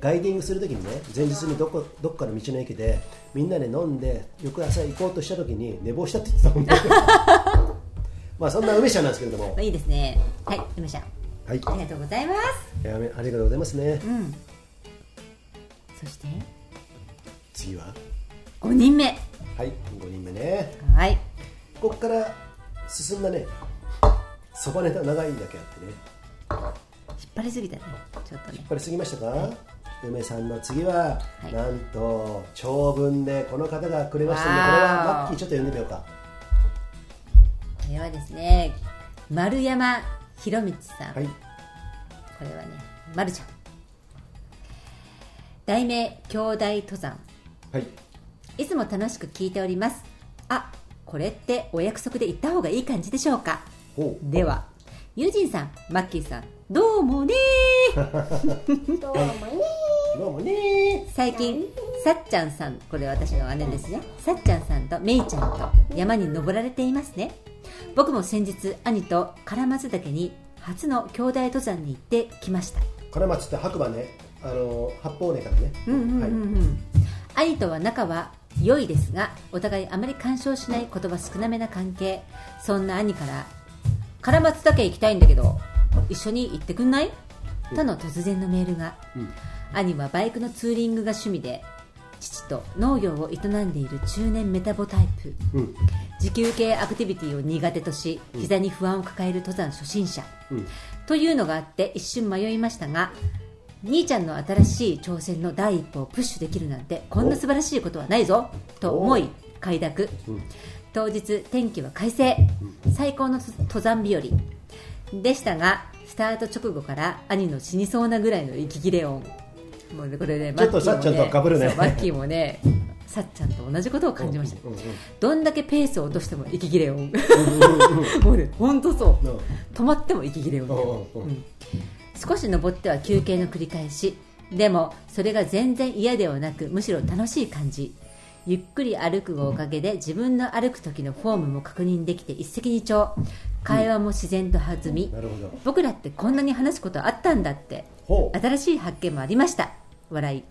ガイディングするときにね前日にどこどっかの道の駅でみんなで飲んで翌朝行こうとしたときに寝坊したって言ってたもんね まあそんな梅ちゃんなんですけれども
まあ、いいですねはい梅ちゃん
はい
ありがとうございます
いやめありがとうございますね
うんそして
次は
5人目
はい5人目ね
はい
ここから進んだねそばネタ長いだけあってね
引っ張りすぎたねちょっとね
これ過ぎましたか、梅さんの次は、
はい
なんと長文でこの方がくれましたんでこれは
わー
マッキーちょっと読んでみようか
これはですね丸山博道さん、
はい
これはね丸ちゃん題名「兄弟登山」
はい
いつも楽しく聞いておりますあこれってお約束で行った方がいい感じでしょうか
おう
ではユージンさんマッキーさんどうもね
どうもね
どうもね
最近さっちゃんさんこれ私の姉ですねさっちゃんさんとめいちゃんと山に登られていますね僕も先日兄と唐松岳に初の兄弟登山に行ってきました
金町って白馬ねあの八方根からね、はい
兄とは仲は良いですがお互いあまり干渉しない言葉少なめな関係そんな兄から「唐松岳行きたいんだけど一緒に行ってくんない?」との突然のメールが、兄はバイクのツーリングが趣味で父と農業を営んでいる中年メタボタイプ、
うん
時給系アクティビティを苦手とし膝に不安を抱える登山初心者、
ん
というのがあって一瞬迷いましたが兄ちゃんの新しい挑戦の第一歩をプッシュできるなんてこんな素晴らしいことはないぞと思い快諾、当日天気は快晴最高の登山日和でしたがスタート直後から兄の死にそうなぐらいの息切れ音もうねこれね
ちょっと
マッキーも
さっちゃんとは被るね
そうマッキーもねさっちゃんと同じことを感じました、どんだけペースを落としても息 切れ音もうね本当そう、
うん
止まっても息切れ音だよ
うんうんうん
少し登っては休憩の繰り返しでもそれが全然嫌ではなくむしろ楽しい感じゆっくり歩くおかげで自分の歩く時のフォームも確認できて一石二鳥会話も自然と弾み、
なるほど
僕らってこんなに話すことあったんだって
ほう
新しい発見もありました笑い、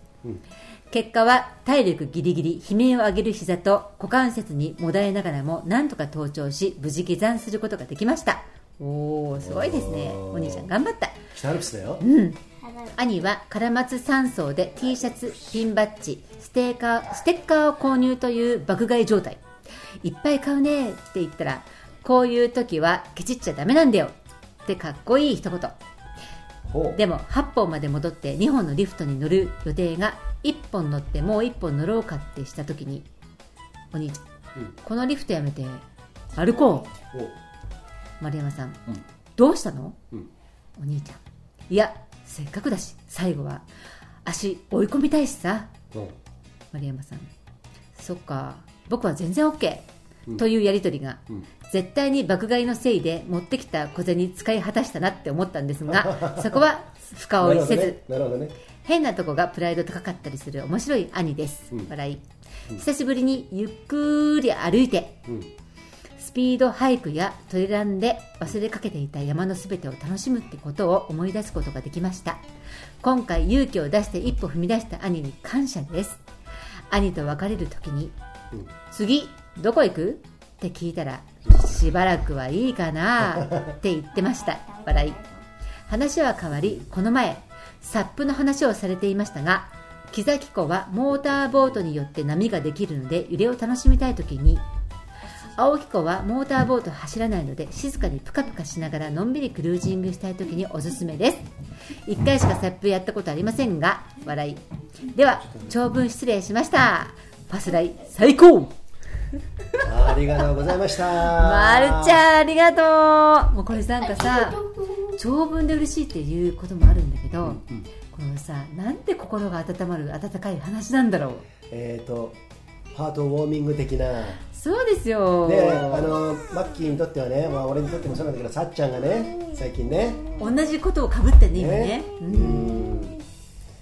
結果は体力ギリギリ悲鳴を上げる膝と股関節にもだえながらもなんとか登頂し無事下山することができましたおおすごいですねお兄ちゃん頑張った
北アルプスだよ、
兄は唐松山荘で T シャツピンバッジステーカーステッカーを購入という爆買い状態いっぱい買うねって言ったらこういう時はケチっちゃダメなんだよってかっこいい一言
ほう
でも8本まで戻って2本のリフトに乗る予定が1本乗ってもう1本乗ろうかってした時にお兄ちゃん、
うん
このリフトやめて歩こう
ほう
丸山さん、どうしたの、
うん
お兄ちゃんいやせっかくだし最後は足追い込みたいしさ
ほ
丸山さんそっか僕は全然 OK、
うん
というやり取りが、
うん
絶対に爆買いのせいで持ってきた小銭使い果たしたなって思ったんです がそこは深追
うなる
い
ほ
せ
ど
ず、
ねなるほどね
変なとこがプライド高かったりする面白い兄です、
うん
笑い久しぶりにゆっくり歩いて
うん
スピードハイクやトレランで忘れかけていた山のすべてを楽しむってことを思い出すことができました今回勇気を出して一歩踏み出した兄に感謝です兄と別れる時に
うん
「次どこ行く?」って聞いたら「しばらくはいいかな」って言ってました笑い話は変わりこの前サップの話をされていましたが木崎湖はモーターボートによって波ができるので揺れを楽しみたい時に青木湖はモーターボート走らないので静かにプカプカしながらのんびりクルージングしたい時におすすめです1回しかサップやったことありませんが笑いでは長文失礼しましたパスライ最高
ありがとうございました
まるち
ん
ゃんありがとうもうこれなんかさ長文で嬉しいっていうこともあるんだけど、このさなんて心が温まる温かい話なんだろう
えっ、とハートウォーミング的な
そうですよ、
であのマッキーにとってはね、まあ、俺にとってもそうなんだけどさっちゃんがね最近ね
同じことをかぶってね今ね
ねうん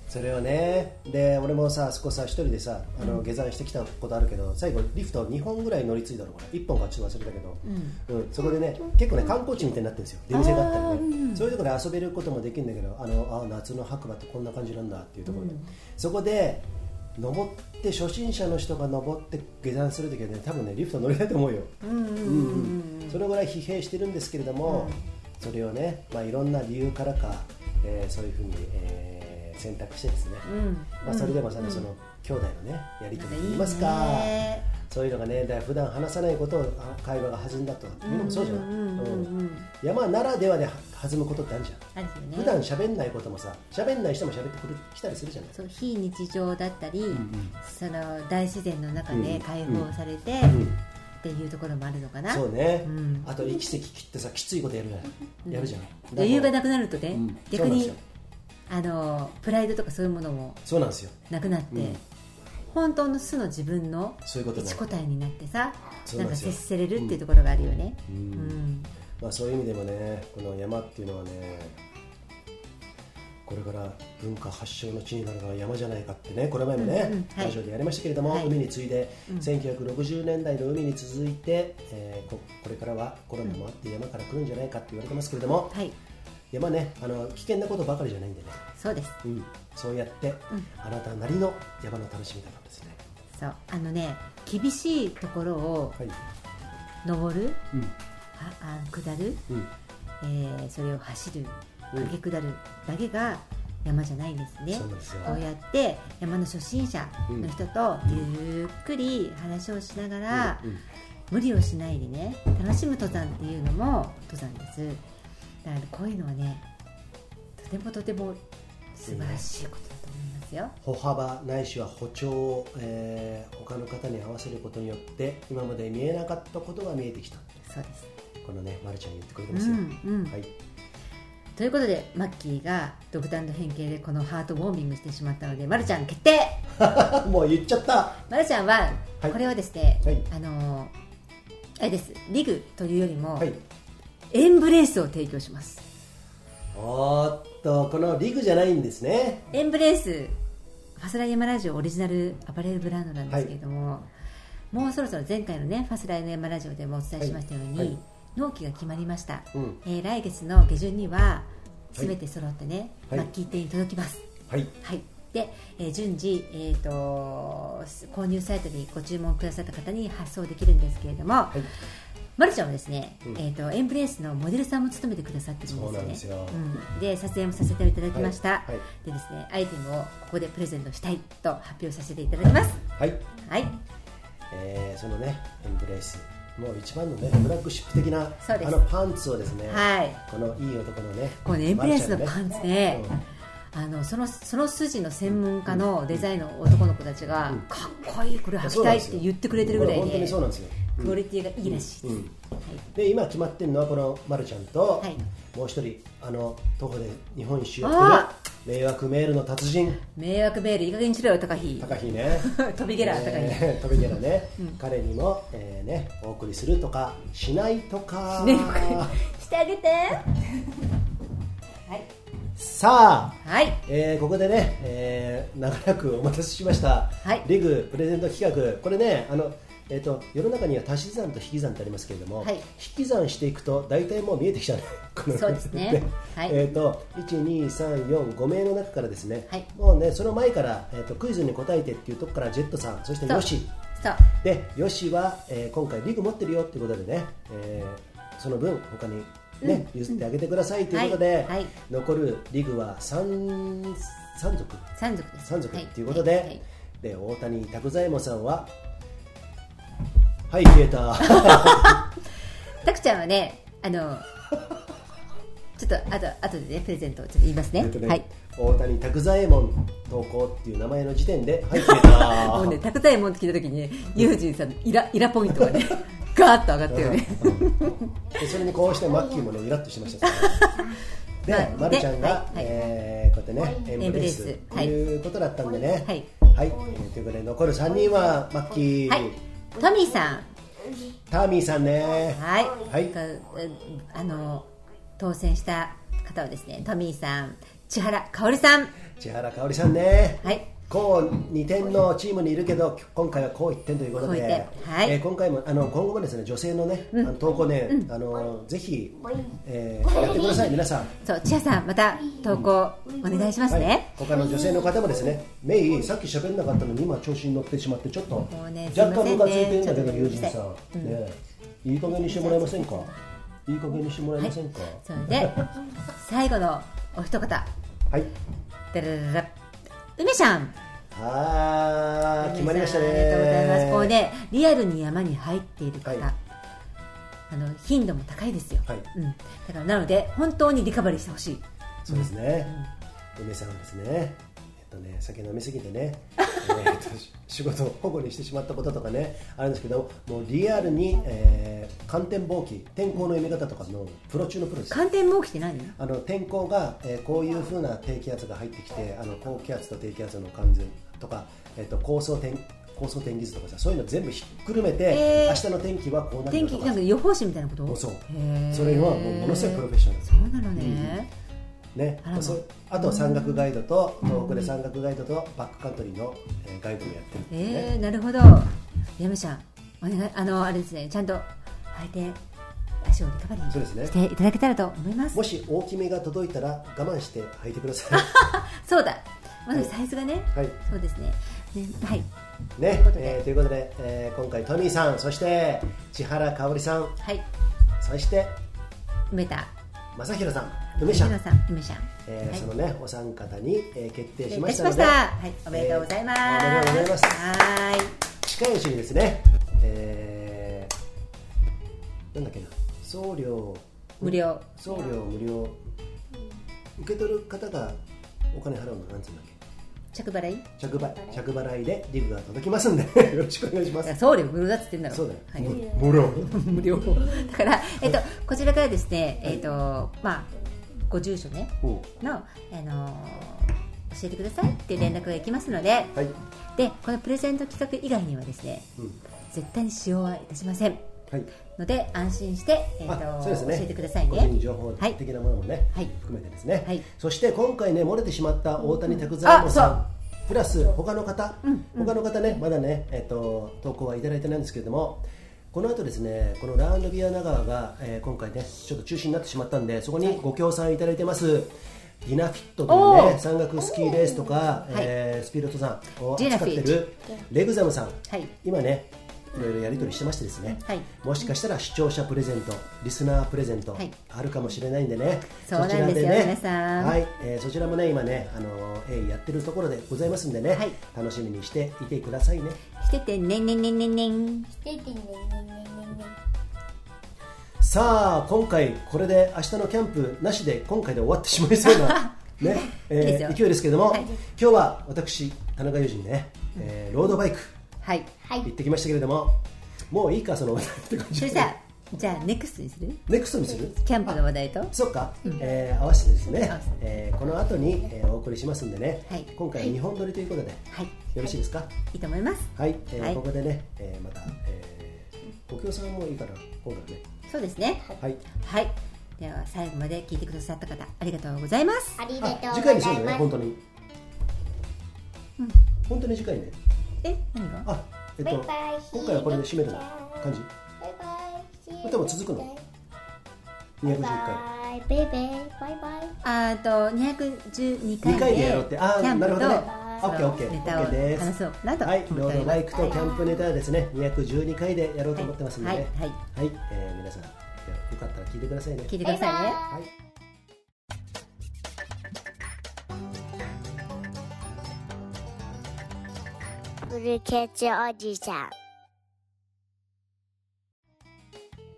それをねで俺もさあそこさ一人でさあの下山してきたことあるけど最後リフト2本ぐらい乗り継いだのかな1本かちょっと忘れたけど、うんそこでね結構ね観光地みたいになってるんですよ出店だったりね、そういうところで遊べることもできるんだけどあのあ夏の白馬ってこんな感じなんだっていうところで、そこで登って初心者の人が登って下山するときはね多分ねリフト乗れないと思うよ、うんうんそれぐらい疲弊してるんですけれども、それをね、まあ、いろんな理由からか、えーそういうふうに、えー選択してですね、まあ、それでもさ、その兄弟のねやり取りといいますか
ね
そういうのがねだから普段話さないことをあ会話が弾んだというのもそうじゃない、うん山ならではでは弾むことってあるじゃん
あるよね
普段喋んないこともさ喋んない人も喋ってくる来たりするじゃない
そう非日常だったり、その大自然の中で解放されて、っていうところもあるのかな、
そうね、
ん
あと息石切ってさきついことやるじゃない、 やるじゃない
余裕がなくなるとね、
ん
逆
そう
に
なんで
あのプライドとかそういうものも
そうなんですよ
なくなって、
うん
本当の素の自分の
そういうことね
一答えになってさ
そう
な
なん
んか
ですよ
接せれるっていうところがあるよね、うん
まあ、そういう意味でもねこの山っていうのはねこれから文化発祥の地になるのは山じゃないかってねこの前もね、
うんうんはい
ラジオでやりましたけれども、
はい
海に次いで、1960年代の海に続いて、えーここれからはコロナもあって山から来るんじゃないかって言われてますけれども、
はい
山ねあの危険なことばかりじゃないんでね、
そうです
うん、そうやって、あなたなりの山の楽しみ方なんですね。
そうあのね厳しいところを
はい
登る、
うん
ああ下る、
うん
えーそれを走る駆け下るだけが山じゃないんですね、
そうなんですよ
こうやって山の初心者の人とゆっくり話をしながら、
うんうん
無理をしないでね楽しむ登山っていうのも登山ですだからこういうのはねとてもとても素晴らしいことだと思いますよ、
歩幅ないしは歩調を、えー他の方に合わせることによって今まで見えなかったことが見えてきた
そうです
このね、ま、るちゃん言ってくれてますよ、
うんうん
はい、
ということでマッキーが独断と偏見でこのハートウォーミングしてしまったので、ま、るちゃん決定
あもう言っちゃった
まるちゃんは、
はい
これはですね、
はい
あのーあれですリグというよりも、
はい
エンブレースを提供します
おーっとこのリグじゃないんですね
エンブレースファスライヤマラジオオリジナルアパレルブランドなんですけれども、もうそろそろ前回のねファスライヤマラジオでもお伝えしましたように、
はいはい
納期が決まりました、
うん
えー来月の下旬には全て揃ってね、
はい
マッキー店に届きます、
はい
はい、で、えー順次、えー、と購入サイトにご注文くださった方に発送できるんですけれども、まるちゃんはですね、えっ、とエンブレースのモデルさんも務めてくださってるんですね。
そうなんですよ
うんで撮影もさせていただきました。
はいはい
でですねアイテムをここでプレゼントしたいと発表させていただきます。
はい、
はい、
えーそのねエンブレイスもう一番のねフラッグシップ的な
そうです
あのパンツをですね、
はい
このいい男のね
このエンブレースのパンツね
マルちゃんのね。
あのそのその筋の専門家のデザインの男の子たちが、かっこいいこれ履きたいって言ってくれてるぐらい
本当
で
にそうなんですよ
クオリティがいいらしいです、
うんで今決まってるのはこのまるちゃんと、
はい
もう一人あの徒歩で日本一周や
あ
ってる迷惑メールの達人
迷惑メールいい加減にしろよ高飛
高飛ね
飛びゲラー高飛、
えー 飛びゲラね、彼にも、えーねお送りするとかしないとか
しないとか
してあげて
さあ
はい
えーここでね、えー長らくお待たせしました、
はい
リグプレゼント企画、これね、あのえー、と世の中には足し算と引き算ってありますけれども、
はい
引き算していくと大体もう見えてきちゃう、 この
そうですねはい
えー、と1、2、3、4、5名の中からですね、
はい
もうねその前から、えー、とクイズに答えてっていうところからジェットさん、そして
そう
ヨシ、
そう
でヨシは、えー今回リグ持ってるよっていうことでね、えーその分他にね、譲ってあげてくださいということで、
はいはい
残るリグは三三族
三族です
三族っていうことで、で大谷拓左衛門さんははい消えた
たくちゃんはねあのちょっとあと後でねプレゼントをちょっと言いますね,、
えっとね
はい
大谷拓左衛門投稿っていう名前の時点ではい消えた
もうね、拓大門って聞いた時にね、ユージンさんのイライラポイントが ね、ガーッと上がったよね。
でそれにこうしてマッキーもねイラッとしてました からねで、
まあ
まるちゃんが、
はいはい
えーこうやってねエンブレス
エンブレス
ということだったんでね
はい、
はいということで残る3人はマッキー、
はい。トミーさ
ターミーさんね
ん。はい。
はい
かうんあの、当選した方はですね、トミーさん、千原かおりさん。
千原かおりさんね
はい。
こう2点のチームにいるけど今回はこう1点ということで、
こう一点はい
えー今回もあの今後もですね女性のね、あの投稿ね、あのぜひ、えーやってください皆さん、
そう、千原さん、また投稿お願いします
はい
ね。、
他の女性の方もですねメイさっき喋んなかったのに今調子に乗ってしまってちょっと
うね
若干ムカついてるんだけど
すいませんね
友人さん、ねいい加減にしてもらえませんかいい加減にしてもらえませんか
それで、最後のお一方。
はい
だらららら梅ちゃん。
あー決まりましたね
ありがとうございます。こうね、リアルに山に入っている方、
はい
あの頻度も高いですよ。
はい
うん。だからなので本当にリカバリーしてほしい。
そうですね、梅さんですね、えっとね、酒飲みすぎて ね、えーとし仕事を保護にしてしまったこととかね、あるんですけど、もうリアルに、えー観天望気、天候の読み方とかのプロ中のプロです。
寒天も起きて何？
あの天候が、えーこういうふうな低気圧が入ってきて、あの高気圧と低気圧の関連とか、えっと高層天高層天気図とかさ、そういうの全部ひっくるめて、
えー
明日の天気はこうなる
天
よ
気
と
なん
か
か、予報士みたいなこと？
そう
へー
それはもうものすごいプロフェッショナル。
そうなのね。
ね
あら、ま
そうあと山岳ガイドと東北で山岳ガイドとバックカントリーのえーガイドをやってるんですね、
えー、なるほど。やめちゃん、お願いあのあれですね、ちゃんと履いて足をリカバリ
そうです
ー
ね
していただけたらと思います。
もし大きめが届いたら我慢して履いてく ださい
そうだ。まずサイズがね。
はい
そうですね。ねはい。
ね
ということで
えーということで、えー今回トミーさんそして千原かおりさん
はい。
そして
埋めた。
正弘さん梅ちゃん
梅さん、梅ちゃん。
えー
はい
そのねお三方に、えー決定しま
い
した
しま
ので
した。はい、おめでとうございます。
えーおめでとうございます
はーい。
近いうちにですね、えーなんだっけな送料
無料
送料無料受け取る方がお金払うのなんつうんだっ
着払い。
け着払い着払いでリブが届きますんでよろしくお願いしま
いや
す
送料無料だっつってんだろ。
そうだよ、
はい
もう
無料
無料。だから、えっと、こちらからですね、えっと、まあ、ご住所ね、
も
の、あのー。教えてくださいっていう連絡がいきますので、
うはい
で、このプレゼント企画以外にはですね。
うん
絶対に使用はいたしません。
はい
ので、安心して、えっ
あ
と、
そうですね
教えてください
個人
ね。
情報
はい
的なものもね、
はい
含めてですね、
はい
そして今回ね漏れてしまった大谷拓左衛門さん、
あ
プラス他の方、他の方ねまだねえっ、と投稿はいただいてないんですけれどもこの後ですねこのラウンドビア長川が、えー今回ねちょっと中止になってしまったんでそこにご協賛いただいてますディナフィットという
お
ね
ー
山岳スキーレースとか、えースピード登山を
ディナ
扱
フ
っ
ィッ
て
ト
るレグザムさん、
はい
今ねいろいろやり取りしてましてですね、
はい
もしかしたら視聴者プレゼントリスナープレゼント、
はい
あるかもしれないんでね
そうなんですよ
そちら
皆さん
はいえーそちらもね今ね、あのー鋭意やってるところでございますんでね、
はい
楽しみにしていてくださいね
しててねんねんねんねんねん
ててねねねねね
さあ今回これで明日のキャンプなしで今回で終わってしまいそう な、ね
いいです
え
よ
ー勢いですけども、
はい
今日は私田中裕二にね、えーロードバイク
はい
はい
行ってきましたけれどももういいかその 話題って感じ
それじゃあじゃあネクストにする
ネクストにする
キャンプの話題とは
そっか、えー合わせてですね
合わせて、
えーこの後に、えーお送りしますんでね、
はい
今回は2本撮りということで、
い
よろしいですか
いいと思います
はい、えー
はい
ここでね、えーまた、えー、お経さんもいいかな今度はね
そうですね
はい
はいでは最後まで聞いてくださった方ありがとうございます
ありが
あ
とうござ
次回
い
に
ま
しようね
す
本当に、本当に次回ね
え何が
あえっと
バイバイ
今回はこれで締めるの感じ
バイバイ
これ多分続くの211回
バイバイベイベイバイバイ
あーと212
2
回
回
で
でやろうってあ
キ
あ
ャン
な
プ
るほ
と
どね
そ
オ
の
ッケーオッケー
ネ
オ
タ
ッ
を
ケーです
話そうなと
はいロ
思ってお
ード
りま
バ
す
イクとキャンプネタはですね212回でやろうと思ってますんでね
はい
はい、えー皆さんよかったら聞いてくださいね
聞いてくださいね
はい
ブルーケッチおじさん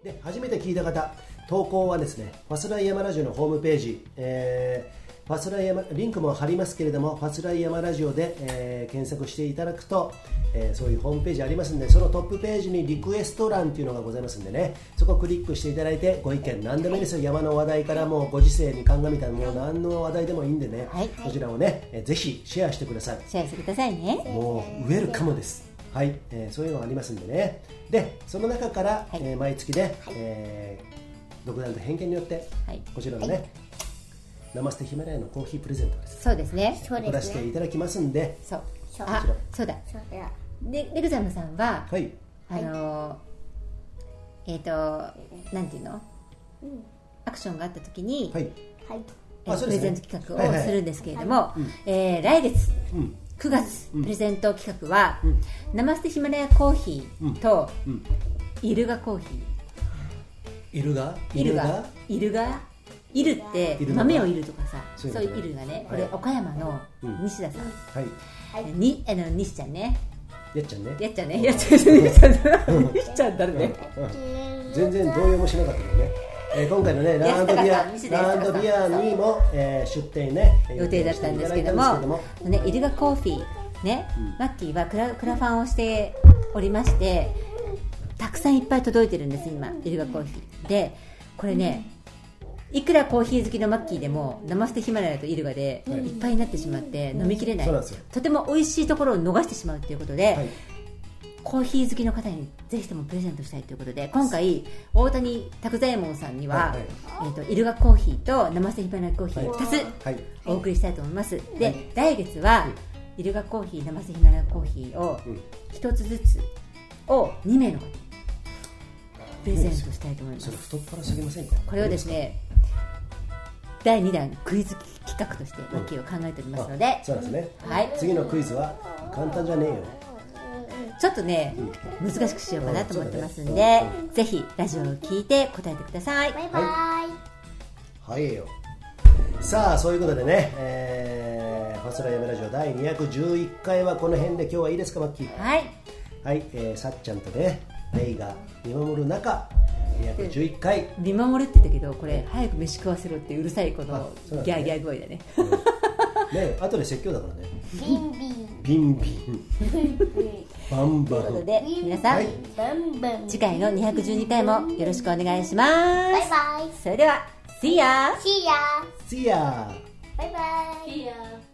で初めて聞いた方投稿はですねファスライヤマラジオのホームページ、えーファスライヤマリンクも貼りますけれどもファスライヤマラジオで、えー検索していただくと、えーそういうホームページありますんでそのトップページにリクエスト欄というのがございますんでねそこをクリックしていただいてご意見何でもいいですよ山の話題からもうご時世に鑑みたもう何の話題でもいいんでね、
はい
こちらをね、えーぜひシェアしてください
シェアしてくださいね
もうウェルカムです。はい、えーそういうのがありますんでね。で、その中から、
はい
えー毎月で、えー独断と偏見によって、
はい
こちらのね、生捨てヒマラヤのコーヒープレゼントです。
そうですね
そう
送
で
ら
す
せて
ね
いただきますんで、
そう
そう
あ
こちら
そうだ
そうだ
ねレグザムさんは
はい、
あのーえっ、となんていうのアクションがあった時に、
はい、
はい
えー
あそう
プ
で
レ
すね
ゼント企
はい
画を
はい
するんですけれどもえー来月
うん、
9月プレゼント企画は「ナマステヒマラヤコーヒー」と
うん
「イルガコーヒー」
イルガ、
イルガイルガイルって
イルガ
豆をいるとかさ
そ
そうう
いうこと
いうイ
ね
ルがね
い
これ岡山の西田さん
はい、
にあの西ちゃんね
やっちゃんね。
やっちゃんねやっちゃんね西ちゃんだ西ちゃんだね
全然動揺もしなかったけどね、えー今回のねランドビア
安坂さ
ラ
ん
ンドビアにも、えー出店ね
予定だったんですけど
予定していただいたん
も
ですけど、
ね、イルガコーヒー、ねマッキーはクラクラファンをしておりましてたくさんいっぱい届いてるんです今イルガコーヒーでこれね、いくらコーヒー好きのマッキーでも生捨てヒマラヤとイルガでいっぱいになってしまって飲みきれない、
そうなんですよ
とても美味しいところを逃してしまうということで、
はい
コーヒー好きの方にぜひともプレゼントしたいということで今回大谷拓左衛門さんには、
はいはい
えー、とイルガコーヒーと生瀬ヒマラヤコーヒー
はい
2つ、
はい
お送りしたいと思います、で来月は、イルガコーヒー生瀬ヒマラヤコーヒーを
ん
1つずつを2名の方にプレゼントしたいと思いま
それ
す
太っ腹すぎませんか
これをですね第2弾クイズ企画としてマッキーを考えておりますので
あ、そうですね、
はい
次のクイズは簡単じゃねえよ
ちょっとね難しくしようかなと思ってますん
うんそう
で、
だね
ぜひラジオを聞いて答えてください
バイバイ
早えよさあそういうことでね、えー、ファスラヤメラジオ第211回はこの辺で今日はいいですかマッキー
はい
はい、えー、さっちゃんとねレイが見守る中211回
見守るって言ったけどこれ早く飯食わせろってうるさいこ
あ
の
そうなん
ギ
ですね
ャーギャー声だね
ね後で説教だからね
ビンビン
ビンビ ンバンバン
ということで皆さん、
はい
バンバン
次回の212回もよろしくお願いしま
バイ
す
バイ
それでは See ya!
See ya
See ya!
バイバイ See ya